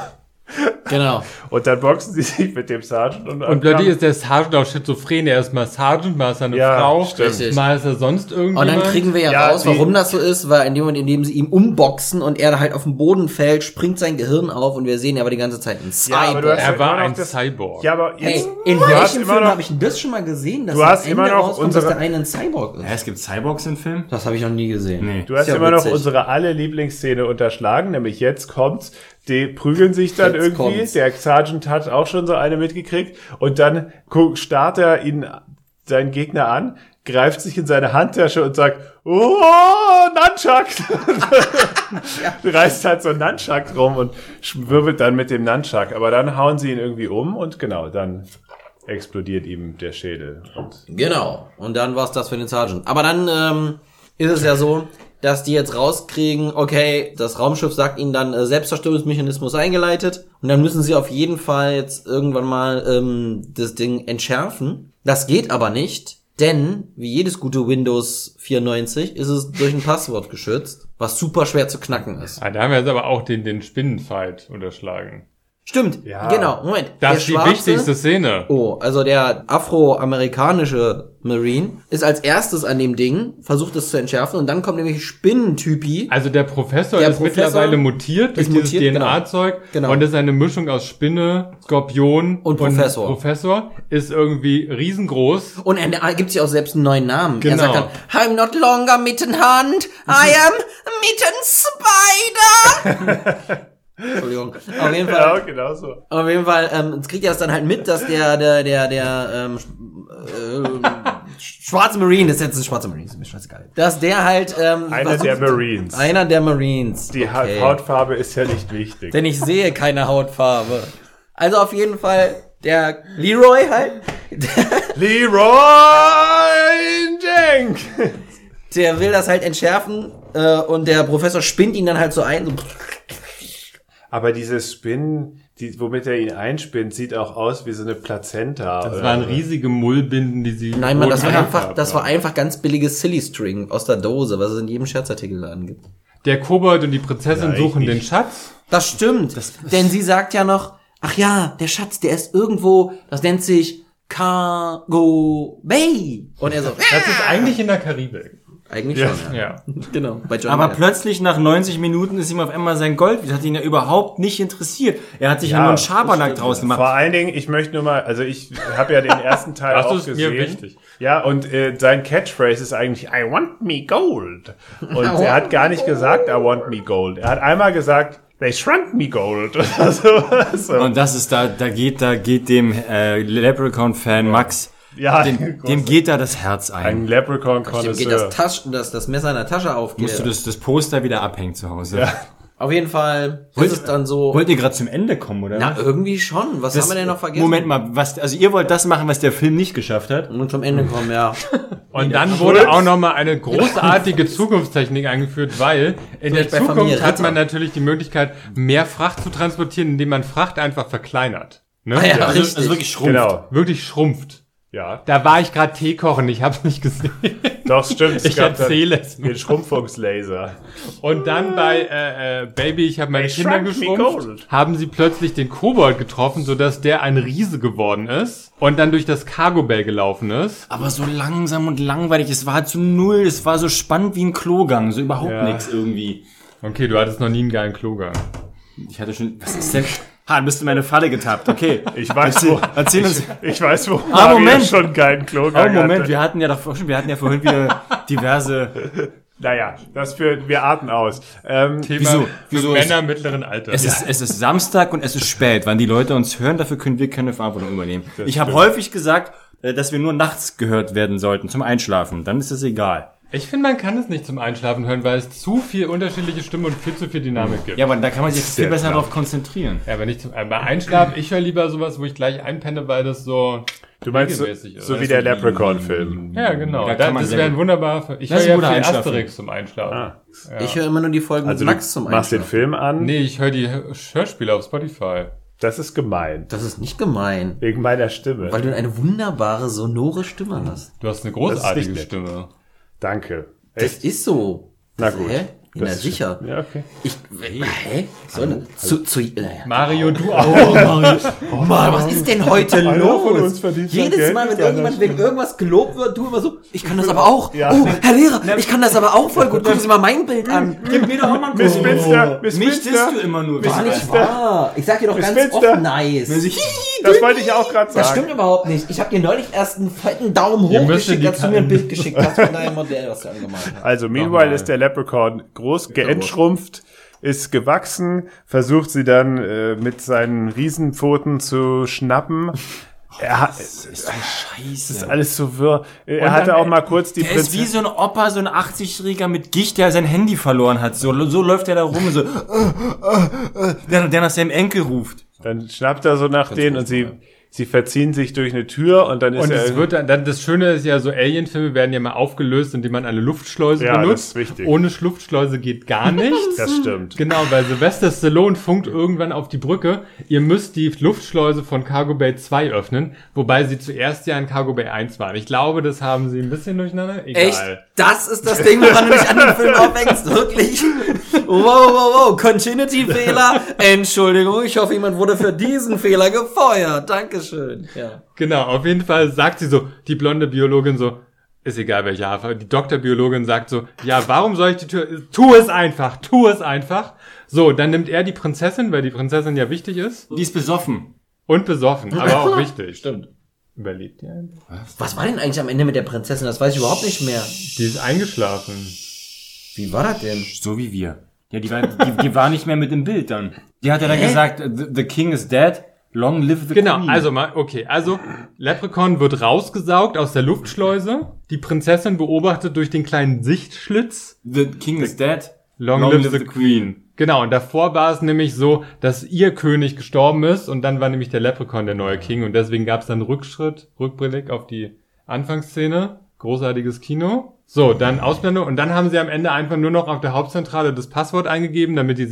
S2: Genau.
S1: Und dann boxen sie sich mit dem Sergeant und,
S6: Und plötzlich ist der Sergeant auch schizophren. Er ist mal Sergeant, mal ist er eine
S1: Ja,
S6: Frau,
S1: stimmt.
S6: mal ist er sonst
S2: Und
S6: irgendjemand.
S2: dann kriegen wir ja,
S1: Ja,
S2: raus,
S1: die-
S2: warum das so ist, weil in dem Moment, in dem sie ihn umboxen und er halt auf den Boden fällt, springt sein Gehirn auf und wir sehen aber die ganze Zeit einen
S1: Ja, aber
S2: Cyborg.
S1: du hast
S6: er war
S1: immer noch
S6: ein
S1: das-
S6: Cyborg.
S1: ja, aber
S2: Ey,
S1: jetzt,
S2: in
S1: du hast
S2: welchem
S1: immer
S2: Film
S1: noch-
S2: habe ich denn das schon mal gesehen, dass
S1: Du hast immer noch unsere-
S2: dass der eine ein Cyborg ist?
S7: Ja, es gibt Cyborgs in Filmen.
S2: Das habe ich noch nie gesehen.
S7: Nee.
S1: Du hast
S2: Ist ja
S1: immer noch
S2: witzig.
S1: unsere alle Lieblingsszene unterschlagen, nämlich jetzt kommt's. Die prügeln sich dann
S2: Jetzt
S1: irgendwie.
S2: kommt's.
S1: Der Sergeant hat auch schon so eine mitgekriegt. Und dann gu- starrt er ihn, seinen Gegner an, greift sich in seine Handtasche und sagt, oh,
S2: *laughs*
S1: Nunchuck! *laughs* Reißt halt so einen Nunchuck rum und sch- wirbelt dann mit dem Nunchuck. Aber dann hauen sie ihn irgendwie um und genau, dann explodiert ihm der Schädel. Und
S2: Genau. Und dann war's das für den Sergeant. Aber dann ähm, ist es ja so, dass die jetzt rauskriegen, okay, das Raumschiff sagt ihnen dann äh, Selbstzerstörungsmechanismus eingeleitet. Und dann müssen sie auf jeden Fall jetzt irgendwann mal ähm, das Ding entschärfen. Das geht aber nicht. Denn, wie jedes gute Windows 94, ist es durch ein Passwort geschützt, was super schwer zu knacken ist.
S6: Ah, da haben wir jetzt aber auch den, den Spinnenfight unterschlagen.
S2: Stimmt,
S1: Ja.
S2: genau, Moment.
S6: Das
S2: Der
S6: ist die
S2: Schwarze-
S6: wichtigste Szene.
S2: Oh, also der afroamerikanische Marine ist als erstes an dem Ding, versucht es zu entschärfen und dann kommt nämlich Spinnentypi.
S6: Also der Professor
S2: Der
S6: ist
S2: Professor
S6: mittlerweile mutiert durch
S2: ist
S6: dieses
S2: mutiert, genau.
S6: DNA-Zeug
S2: Genau.
S6: und ist eine Mischung aus Spinne, Skorpion
S2: Und Professor.
S6: Professor ist irgendwie riesengroß.
S2: Und er gibt sich auch selbst einen neuen Namen. Er
S6: Genau.
S2: sagt dann, I'm not longer Mittenhand,
S1: *laughs*
S2: I am Mitten Spider.
S1: *laughs*
S2: Entschuldigung. Auf jeden Fall.
S1: genau, *laughs* genau so.
S2: Auf jeden Fall ähm, jetzt kriegt er es dann halt mit, dass der der der der ähm, sch- äh, schwarze Marine, das ist jetzt ein schwarzer Marine, ist mir scheißegal. Dass der halt ähm,
S1: Einer der Marines.
S2: Einer der Marines.
S1: Die Ha-
S2: Okay.
S1: Hautfarbe ist ja nicht wichtig.
S2: Denn ich sehe keine Hautfarbe. Also auf jeden Fall der Leroy halt, *laughs*
S1: Leroy Jenk!
S2: der will das halt entschärfen äh, und der Professor spinnt ihn dann halt so ein. So,
S1: *laughs* Aber dieses Spinnen, die, womit er ihn einspinnt, sieht auch aus wie so eine Plazenta.
S6: Das
S1: oder
S6: waren
S1: so.
S6: riesige Mullbinden, die sie.
S2: nein, Mann, das war
S6: roten
S2: einfach,
S6: Haaren
S2: das war
S6: haben.
S2: einfach ganz billiges Silly String aus der Dose, was es in jedem Scherzartikelladen gibt.
S6: Der Kobold und die Prinzessin
S1: Nein,
S6: suchen den
S1: nicht.
S6: Schatz.
S2: Das stimmt, denn sie sagt ja noch, ach ja, der Schatz, der ist irgendwo, das nennt sich Cargo Bay. Und
S7: *laughs*
S2: er so,
S6: Das ist eigentlich in der Karibik.
S2: eigentlich schon, ja.
S6: Ja.
S2: Genau, bei John
S7: Aber
S2: Mayer.
S7: plötzlich nach 90 Minuten ist ihm auf einmal sein Gold. Das hat ihn ja überhaupt nicht interessiert. Er hat sich ja,
S1: Ja,
S7: nur einen
S1: das
S7: Schabernack draus gemacht.
S1: Vor allen Dingen, ich möchte nur mal, also ich habe ja den
S2: *laughs*
S1: ersten Teil
S6: Das
S1: auch
S6: ist mir
S1: gesehen.
S6: wichtig.
S1: Ja, und äh, sein Catchphrase ist eigentlich I want me gold. Und er hat gar nicht gesagt I want me gold. Er hat einmal gesagt They shrunk me gold *laughs* oder sowas. So.
S7: Und das ist da, da geht, da geht dem äh, Leprechaun-Fan Max,
S1: Ja,
S7: dem,
S1: groß-
S7: dem geht da das Herz ein.
S1: ein leprechaun
S2: Dem geht das, äh,
S1: connoisseur
S2: Tasch, das, das Messer in der Tasche auf.
S7: Musst du das, das Poster wieder abhängen zu Hause?
S2: Auf jeden Fall ist es dann so.
S7: Wollt ihr gerade zum Ende kommen, oder?
S2: Na, irgendwie schon. Was
S7: Das-
S2: haben wir denn noch vergessen? Mhm.
S7: Moment mal, was, also ihr wollt das machen, was der Film nicht geschafft hat?
S2: Und zum Ende
S1: *laughs*
S2: kommen, ja.
S6: Und dann wurde auch nochmal eine großartige Zukunftstechnik eingeführt, weil in der
S2: bei Familie
S6: Zukunft hat man
S2: Ratsam.
S6: natürlich die Möglichkeit, mehr Fracht zu transportieren, indem man Fracht einfach verkleinert. Ne?
S2: Ah ja,
S7: Also,
S2: richtig.
S7: also wirklich schrumpft.
S1: Genau,
S6: Wirklich schrumpft.
S1: ja.
S6: Da war ich gerade Tee kochen, ich hab's nicht gesehen.
S1: Doch, stimmt. es
S6: Ich
S1: gab dann
S6: erzähle es mir.
S1: Den Schrumpfungslaser.
S6: Und dann bei äh, äh, Baby, ich habe meine
S1: They
S6: Kinder
S1: shrunk me
S6: geschrumpft,
S1: gold.
S6: haben sie plötzlich den Kobold getroffen, sodass der ein Riese geworden ist und dann durch das Cargo Bay gelaufen ist.
S7: Aber so langsam und langweilig. Es war halt so null. Es war so spannend wie ein Klogang. So überhaupt
S6: Ja.
S7: nichts irgendwie.
S6: Okay, du hattest noch nie einen geilen Klogang.
S7: Ich hatte schon. Was ist denn? *laughs* Ha, du bist in meine Falle getappt. Okay.
S1: *laughs* Ich weiß, wo,
S7: Erzähl uns.
S1: ich weiß, wo Mario
S7: Moment.
S1: schon einen geilen
S7: Oh,
S1: Klogang
S7: Moment,
S1: hatte.
S7: wir hatten ja davor schon, wir hatten ja
S1: *laughs*
S7: vorhin wieder diverse.
S1: Naja, das für, wir atmen aus. Ähm,
S7: Wieso?
S6: Für
S7: Wieso ist-
S6: Männer mittleren Alters.
S7: Es ist, es ist Samstag und es ist spät. Wann die Leute uns hören, dafür können wir keine Verantwortung übernehmen. ich habe häufig gesagt, äh, dass wir nur nachts gehört werden sollten zum Einschlafen. Dann ist es egal.
S6: Ich finde, man kann es nicht zum Einschlafen hören, weil es zu viel unterschiedliche Stimmen und viel zu viel Dynamik gibt.
S7: Ja, aber da kann man sich viel
S1: Sehr
S7: besser
S1: klar.
S7: darauf konzentrieren.
S6: Ja, aber nicht zum, äh, bei Einschlafen, ich höre lieber sowas, wo ich gleich einpenne, weil das so
S1: du meinst, so,
S6: regelmäßig ist.
S1: so wie der Leprechaun-Film.
S6: Ja, genau.
S7: Da kann
S6: das
S7: man
S6: das
S7: sehr
S6: wäre ein
S7: gut-
S6: wunderbarer Ich
S7: Das
S6: höre
S7: ist
S6: ja
S7: ein guter
S6: viel
S7: Einschlafen.
S6: Asterix zum Einschlafen.
S2: Ich höre immer nur die Folgen
S1: Also
S2: mit Max
S1: du
S2: zum
S1: machst den
S2: Einschlafen.
S1: Film an,
S6: Nee, ich höre die Hörspiele auf Spotify.
S1: das ist gemein.
S2: Das ist nicht gemein,
S1: Wegen meiner Stimme.
S2: weil du eine wunderbare, sonore Stimme hast.
S6: Du hast
S1: Das
S6: eine
S1: ist
S6: großartige
S1: nicht nett.
S6: Stimme.
S1: Danke.
S2: Das
S1: Echt?
S2: ist so.
S1: Na
S2: Das-
S1: gut.
S2: Hä? Ja, na
S1: Das-
S2: sicher.
S1: Ja, okay.
S2: Ich, hä? So eine,
S1: Also-
S2: zu, zu, naja.
S6: Mario, du auch.
S2: Oh Mann, was ist denn heute
S1: Einer von uns
S2: los?
S1: verdient sein
S2: Jedes
S1: Geld
S2: Mal, wenn
S1: mit einer
S2: irgendjemand wegen
S1: Stimme.
S2: irgendwas gelobt wird, du immer so, ich kann das aber auch. Oh, Herr Lehrer, ich kann das aber auch voll gut. Gucken Sie mal mein Bild an.
S7: Gib mir doch mal
S1: Miss Winster,
S2: Oh.
S1: Miss
S7: Mich disst du
S1: Winster.
S7: immer nur.
S2: War
S1: *laughs*
S7: Wahrlich.
S2: nicht wahr. Ich sag dir doch ganz
S1: Finster.
S2: oft nice.
S1: Das wollte ich auch gerade
S2: Das
S1: sagen.
S2: stimmt überhaupt nicht. Ich habe dir neulich erst einen fetten Daumen
S6: Ihr
S2: hoch
S6: müsst in
S2: geschickt,
S6: die
S2: als du mir ein Bild geschickt hast von
S6: *laughs*
S2: deinem Modell, was du angemalt hast.
S1: Also, meanwhile ist der Leprechaun groß geentschrumpft, ist gewachsen, versucht sie dann äh, mit seinen Riesenpfoten zu
S7: *laughs*
S1: schnappen. Er
S7: Oh,
S1: hat,
S7: Scheiße.
S1: alles so wirr. Er
S7: Und
S1: hatte
S7: dann- äh,
S1: auch mal kurz die
S7: Der ist wie
S1: Prinzessin.
S7: so ein Opa, so ein 80-Jähriger mit Gicht, der sein Handy verloren hat. So, so läuft er da rum, so, äh, äh, äh, der, der nach seinem Enkel ruft.
S1: Dann schnappt er so nach denen und sie, sie verziehen sich durch eine Tür und dann ist
S6: Und
S1: er.
S6: es wird dann, dann, das Schöne ist ja, so Alien-Filme werden ja mal aufgelöst, indem man eine Luftschleuse
S1: Ja, das
S6: benutzt.
S1: ist wichtig.
S6: Ohne Luftschleuse geht gar nichts.
S1: das stimmt.
S6: Genau, weil Sylvester Stallone funkt irgendwann auf die Brücke, ihr müsst die Luftschleuse von Cargo Bay 2 öffnen, wobei sie zuerst ja in Cargo Bay 1 waren. Ich glaube, das haben sie ein bisschen durcheinander. Egal.
S2: Echt? Das ist das Ding, woran du dich an den
S6: *laughs*
S2: Film aufhängst, wirklich. Wow, wow, wow, Continuity-Fehler. Entschuldigung, ich hoffe, jemand wurde für diesen Fehler gefeuert. Dankeschön. Ja.
S6: Genau, auf jeden Fall sagt sie so, die blonde Biologin so, ist egal welche Hafer, die Doktorbiologin sagt so, ja, warum soll ich die Tür, tu es einfach, tu es einfach. So, dann nimmt er die Prinzessin, weil die Prinzessin ja wichtig ist
S7: Die ist besoffen.
S6: und besoffen, aber auch wichtig. Stimmt. Überlebt ja.
S2: Was war denn eigentlich am Ende mit der Prinzessin? Das weiß ich überhaupt nicht mehr.
S6: Die ist eingeschlafen.
S2: Wie war das denn?
S7: So wie wir. Ja, die war, die, die war nicht mehr mit im Bild dann. Die hat ja dann gesagt, the, the king is dead, long live the
S6: Genau,
S7: queen.
S6: also mal, okay, also Leprechaun wird rausgesaugt aus der Luftschleuse. Die Prinzessin beobachtet durch den kleinen Sichtschlitz
S7: The king is dead,
S6: Long, live, the, Queen. Genau, und davor war es nämlich so, dass ihr König gestorben ist und dann war nämlich der Leprechaun der neue King und deswegen gab es dann Rückschritt, Rückblick auf die Anfangsszene. Großartiges Kino. So, dann Ausblendung und dann haben sie am Ende einfach nur noch auf der Hauptzentrale das Passwort eingegeben, damit die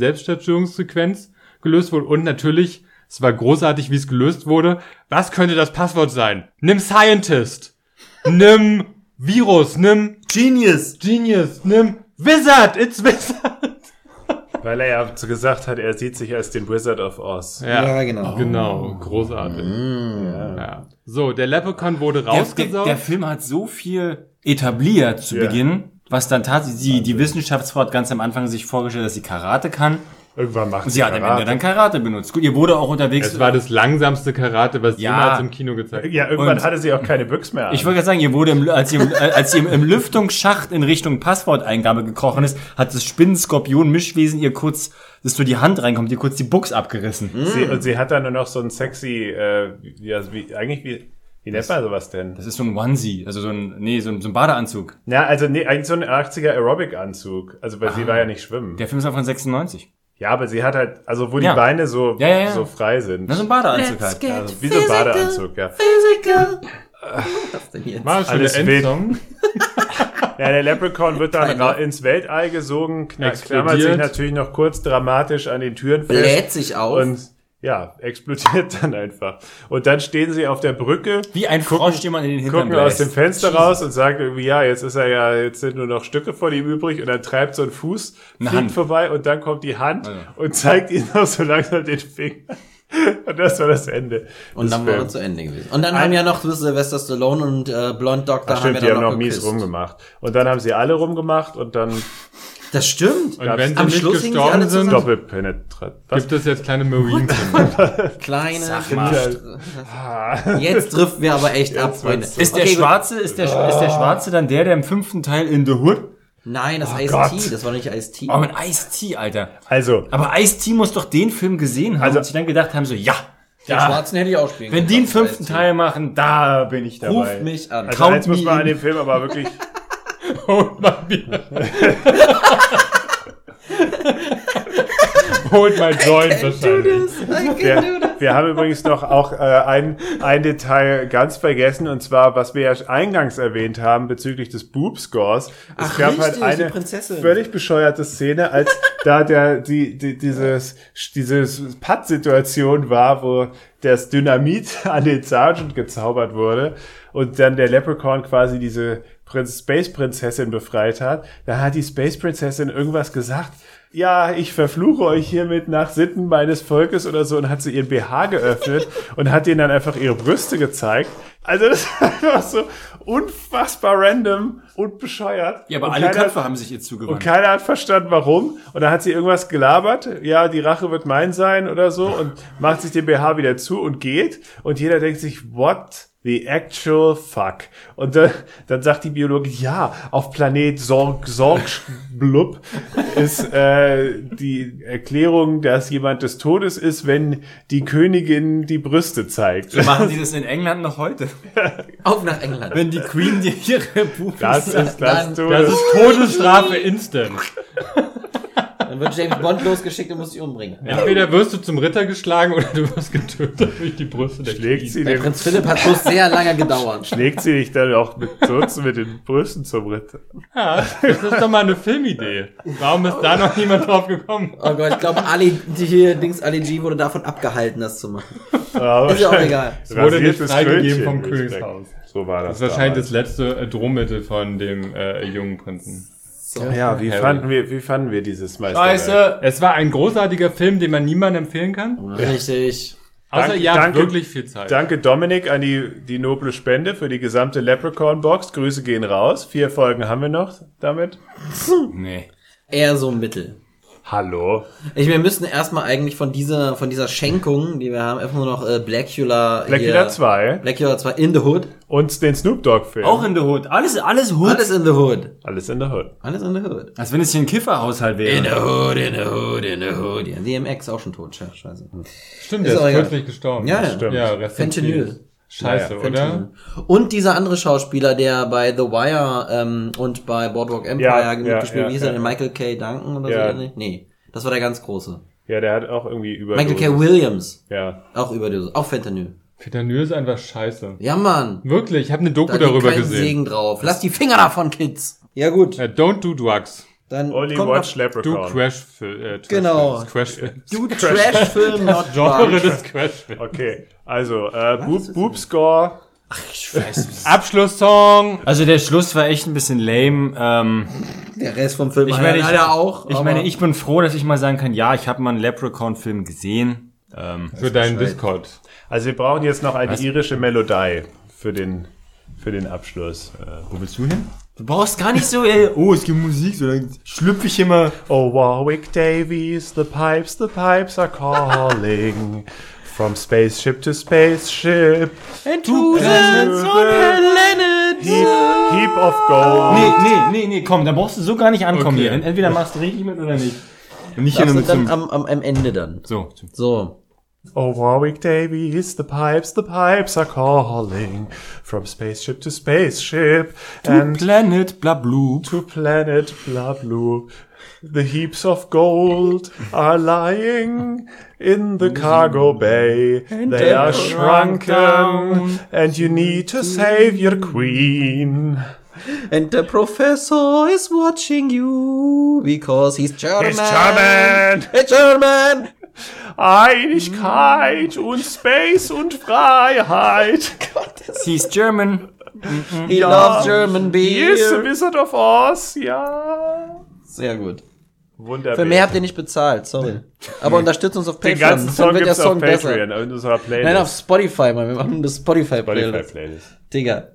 S6: Selbstzerstörungssequenz gelöst wurde und natürlich, es war großartig, wie es gelöst wurde. Was könnte das Passwort sein? Nimm Scientist. Nimm Virus, nimm
S2: Genius.
S6: Genius, nimm Wizard, it's Wizard.
S1: Weil er ja so gesagt hat, er sieht sich als den Wizard of Oz.
S2: Ja, genau.
S6: Genau, großartig. Ja. So, der Leprechaun wurde
S7: Der, der,
S6: rausgesaugt.
S7: der Film hat so viel etabliert zu
S1: Ja.
S7: Beginn, was dann tatsächlich die, die Wissenschaftsfrau hat ganz am Anfang sich vorgestellt, dass sie Karate kann.
S1: Irgendwann macht
S7: Und sie hat am Ende dann Karate benutzt. Gut, ihr wurde auch unterwegs.
S6: es war das langsamste Karate, was
S7: Ja.
S6: jemals im Kino gezeigt wurde.
S1: Ja, irgendwann
S7: Und-
S1: hatte sie auch keine Büchs mehr an.
S7: Ich wollte gerade sagen, ihr wurde, im, als ihr, als ihr im Lüftungsschacht in Richtung Passworteingabe gekrochen ist, hat das Spinnen-Skorpion-Mischwesen ihr kurz, dass so die Hand reinkommt, ihr kurz die Buchs abgerissen.
S1: sie, und sie hat dann nur noch so ein sexy, äh, ja, wie, eigentlich wie, wie nennt man sowas denn?
S7: Das ist so ein Onesie, also so ein, nee, so ein, so ein Badeanzug.
S1: Na, also nee, eigentlich so ein 80er Aerobic-Anzug. Also, weil sie
S7: Ah.
S1: war ja nicht schwimmen.
S7: Der Film ist auch von 96.
S1: Ja, aber sie hat halt, also wo
S7: Ja.
S1: die Beine so,
S7: Ja, ja, ja.
S1: so frei sind.
S7: Na, so ein Badeanzug halt.
S1: Also wie so ein Badeanzug, ja.
S5: Physical.
S2: Was denn jetzt?
S7: Ah,
S6: War schon
S1: Alles
S6: der Endsong.
S1: *laughs* Ja, der Leprechaun wird dann
S2: Keiner.
S1: ra- ins Weltall gesogen, kna-
S6: Explodiert.
S1: klammert sich natürlich noch kurz dramatisch an den Türen fest
S2: Bläht sich auf.
S1: und ja, explodiert *laughs* dann einfach. Und dann stehen sie auf der Brücke,
S7: Wie ein Frosch, den man in den Hintern
S1: gucken aus dem
S7: bläst.
S1: Fenster raus und sagen irgendwie, ja, jetzt ist er ja, jetzt sind nur noch Stücke von ihm übrig und dann treibt so ein Fuß, fliegt
S7: Hand.
S1: vorbei und dann kommt die Hand und zeigt ihnen noch so langsam den Finger. *laughs* Und das war das Ende.
S2: Und
S1: des
S2: dann war er
S1: Films.
S2: zu Ende gewesen. Und dann haben ja noch Sylvester Stallone und äh, Blond Doctor
S1: Ach, stimmt,
S2: haben
S1: die
S2: ja
S1: haben
S2: dann
S1: noch
S2: noch
S1: mies
S2: geküsst.
S1: rumgemacht. Und dann haben sie alle rumgemacht und dann
S2: *laughs* Das stimmt.
S6: Und wenn sie
S2: Am
S6: nicht
S2: Schluss hingen sie alle
S6: gestorben sind,
S2: zusammen.
S1: doppelpenetrat. Was?
S6: gibt es jetzt kleine Marines.
S2: Kleine.
S1: mal.
S2: Jetzt trifft wir aber echt ab, Freunde.
S7: Ist der
S2: Okay, gut.
S7: Schwarze, ist der, ist der Schwarze dann der, der im fünften Teil in The Hood?
S2: Nein, das
S1: Gott.
S2: Ice-T. Das war nicht Ice-T.
S7: Oh, mit Ice-T, Alter.
S1: Also,
S7: Aber Ice-T muss doch den Film gesehen haben
S1: Also-
S7: und sich dann gedacht haben so, ja,
S2: Den Schwarzen hätte ich auch spielen
S7: wenn die einen fünften Teil machen, da bin ich dabei.
S2: Ruft mich an.
S1: also
S7: count
S1: eins muss
S7: me
S1: man
S7: in.
S1: an dem Film aber
S2: *laughs*
S1: wirklich,
S6: Holt mein
S1: *laughs*
S6: Bier. Holt mein Joint wahrscheinlich.
S1: wir, wir haben übrigens noch auch äh, ein, ein Detail ganz vergessen und zwar, was wir ja eingangs erwähnt haben bezüglich des Boob Scores. Es halt
S2: Ach, richtig, die Prinzessin.
S1: völlig bescheuerte Szene, als da der, die, die, dieses, dieses Patt-Situation war, wo das Dynamit *laughs* an den Sergeant gezaubert wurde und dann der Leprechaun quasi diese Prinz, Space Prinzessin befreit hat, da hat die Space Prinzessin irgendwas gesagt. Ja, ich verfluche euch hiermit nach Sitten meines Volkes oder so und hat sie ihren BH geöffnet und hat ihnen dann einfach ihre Brüste gezeigt. Also das ist *laughs* einfach so unfassbar random und bescheuert.
S7: Ja, aber
S1: und
S7: alle
S1: keiner-
S7: Köpfe haben sich ihr
S1: und
S7: zugewandt.
S1: keiner hat verstanden, warum. Und dann hat sie irgendwas gelabert. Ja, die Rache wird mein sein oder so. Und macht sich den BH wieder zu und geht. Und jeder denkt sich, what the actual fuck? Und dann, dann sagt die Biologin, ja, auf Planet Sorg, Sorgblub ist äh, die Erklärung, dass jemand des Todes ist, wenn die Königin die Brüste zeigt.
S7: Machen sie das in England noch heute?
S2: Auf nach England.
S7: *laughs* Wenn die Queen dir ihre
S1: Das
S7: Bubis...
S1: ist das
S2: Dann-
S6: Das
S1: Todes.
S6: ist Todesstrafe instant.
S2: Dann wird James Bond losgeschickt und muss dich umbringen.
S6: Entweder wirst du zum Ritter geschlagen oder du wirst getötet durch die Brüste der
S1: Schlägt
S6: Queen.
S1: sie
S2: Bei
S1: den,
S2: Prinz Philipp hat bloß sehr lange gedauert.
S1: schlägt sie dich dann auch mit, so mit den Brüsten zum Ritter.
S6: Ja, das ist doch mal eine Filmidee. Warum ist da noch niemand drauf gekommen?
S2: Oh Gott, ich glaube, Ali, die hier, Dings, Ali G wurde davon abgehalten, das zu machen.
S1: Aber
S2: Ist ja auch egal.
S1: Es
S6: wurde nicht freigegeben vom Königshaus.
S1: So war das.
S6: Das ist wahrscheinlich das letzte äh, Drohmittel von dem äh, jungen Prinzen.
S1: damals. Ja, wie
S6: Harry.
S1: fanden wir, wie fanden wir dieses Meisterwerk?
S7: Scheiße!
S6: Es war ein großartiger Film, den man niemandem empfehlen kann.
S2: Richtig.
S6: Außer
S1: Danke-
S6: ihr habt
S1: danke-
S6: wirklich viel Zeit.
S1: Danke Dominik an die, die noble Spende für die gesamte Leprechaun-Box. Grüße gehen raus. Vier Folgen haben wir noch damit.
S7: Nee.
S2: Eher so Mittel.
S1: Hallo.
S2: Ich, wir müssen erstmal eigentlich von dieser, von dieser Schenkung, die wir haben, einfach nur noch äh, Blackula.
S1: Blackula 2
S2: Blackula 2 in the Hood.
S1: und den Snoop Dogg-Film.
S7: Auch in The Hood. Alles, alles Hood.
S2: Alles in the Hood.
S1: Alles in der Hood.
S2: Alles in the Hood.
S7: Als wenn es hier ein Kifferhaushalt wäre.
S2: the Hood, in the Hood, in the Hood. Ja, DMX auch schon tot. Ja, scheiße.
S6: Stimmt,
S2: Ist
S6: der ist,
S2: auch egal.
S6: kürzlich gestorben.
S2: Ja,
S6: Das
S2: ja.
S6: stimmt. Ja, Rest in
S2: Fentanyl.
S6: peace. Scheiße, oder?
S2: Und dieser andere Schauspieler, der bei The Wire ähm, und bei Boardwalk Empire
S1: Ja,
S2: genug
S1: ja,
S2: gespielt hat,
S1: ja,
S2: wie hieß er
S1: ja.
S2: denn? Michael K. Duncan oder
S1: Ja.
S2: so? ähnlich? Nee, das war der ganz große.
S1: Ja, der hat auch irgendwie über.
S2: Michael K. Williams,
S1: Ja.
S2: auch Überdosis, auch Fentanyl.
S6: Fentanyl ist einfach scheiße.
S2: Ja, Mann.
S6: Wirklich, ich habe eine Doku
S2: Da liegt
S6: darüber
S2: kein
S6: gesehen.
S2: Segen drauf. Lass die Finger davon, Kids. Ja, gut.
S6: Äh, don't do drugs.
S2: Dann
S1: Only
S2: kommt
S1: Watch
S2: noch,
S6: Do
S1: Leprechaun.
S6: Crash Film. Äh, Trash
S2: Genau.
S6: Films. Crash Films.
S2: du Trash-Film, not
S6: Genre *laughs*
S2: Barbie.
S6: des Crash Films.
S1: Okay, also äh, Boob, Boob Score.
S6: Abschlusssong.
S7: Also der Schluss war echt ein bisschen lame. Ähm,
S2: Der Rest vom Film.
S7: ich
S2: war
S7: meine,
S2: ja
S7: ich,
S2: leider auch.
S7: ich
S2: aber-
S7: meine, ich bin froh, dass ich mal sagen kann, ja, ich habe mal einen Leprechaun-Film gesehen. Ähm,
S6: Für deinen Discord.
S1: Also wir brauchen jetzt noch eine irische Melodie für den, für den Abschluss. Äh,
S7: wo willst du hin? Du brauchst gar nicht so, *laughs* ey, oh, es gibt Musik, so dann schlüpfe ich immer.
S1: Oh, Warwick Davies, the pipes, the pipes are calling. From spaceship to spaceship.
S7: Du
S1: Heap, heap of gold.
S7: Nee, nee, nee, nee, komm, da brauchst du so gar nicht ankommen
S6: Okay.
S7: hier. Ent- Entweder machst du richtig mit oder nicht. Und nicht hier
S2: das
S7: nur
S2: ist
S7: mit
S2: dann
S7: so.
S2: am, am, am Ende dann.
S7: Also So, so.
S2: So.
S1: Oh, Warwick Davies, the pipes, the pipes are calling. From spaceship to spaceship. And
S7: Planet Blablu.
S1: to planet blah blue. The heaps of gold are lying in the cargo bay. They are shrunken, and you need to save your queen.
S2: And the professor is watching you because he's German.
S1: It's German!
S2: It's German.
S1: Einigkeit und Space und Freiheit.
S7: He's German.
S2: He loves German beer.
S1: Yes, the Wizard of Oz, ja.
S2: Sehr gut.
S1: Wunderbar.
S2: Für mehr habt ihr nicht bezahlt, sorry. Aber unterstützt uns auf Patreon.
S1: den ganzen Song
S2: dann wird der
S1: gibt's
S2: Song
S1: auf
S2: besser.
S1: Patreon, in unserer Playlist.
S2: Nein, auf Spotify, Mann. Wir machen eine Spotify-Playlist.
S1: Spotify-Playlist.
S2: Digga.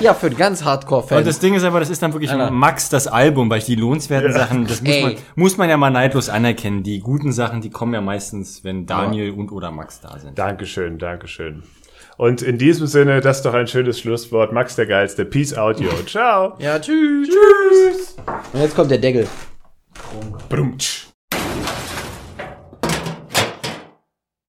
S2: Ja, für einen ganz Hardcore-Fan.
S7: Und das Ding ist aber, das ist dann wirklich
S2: Alter.
S7: Max das Album, weil die lohnenswerten Sachen, das muss
S2: Ey.
S7: man, muss man ja mal neidlos anerkennen. Die guten Sachen, die kommen ja meistens, wenn Daniel und oder Max da sind.
S1: Dankeschön, Dankeschön. Und in diesem Sinne, das ist doch ein schönes Schlusswort. Max der Geilste. Peace out,
S2: *laughs*
S1: yo. Ciao.
S2: Ja, tschüss. Tschüss. Und jetzt kommt der Deckel.
S1: Brumtsch.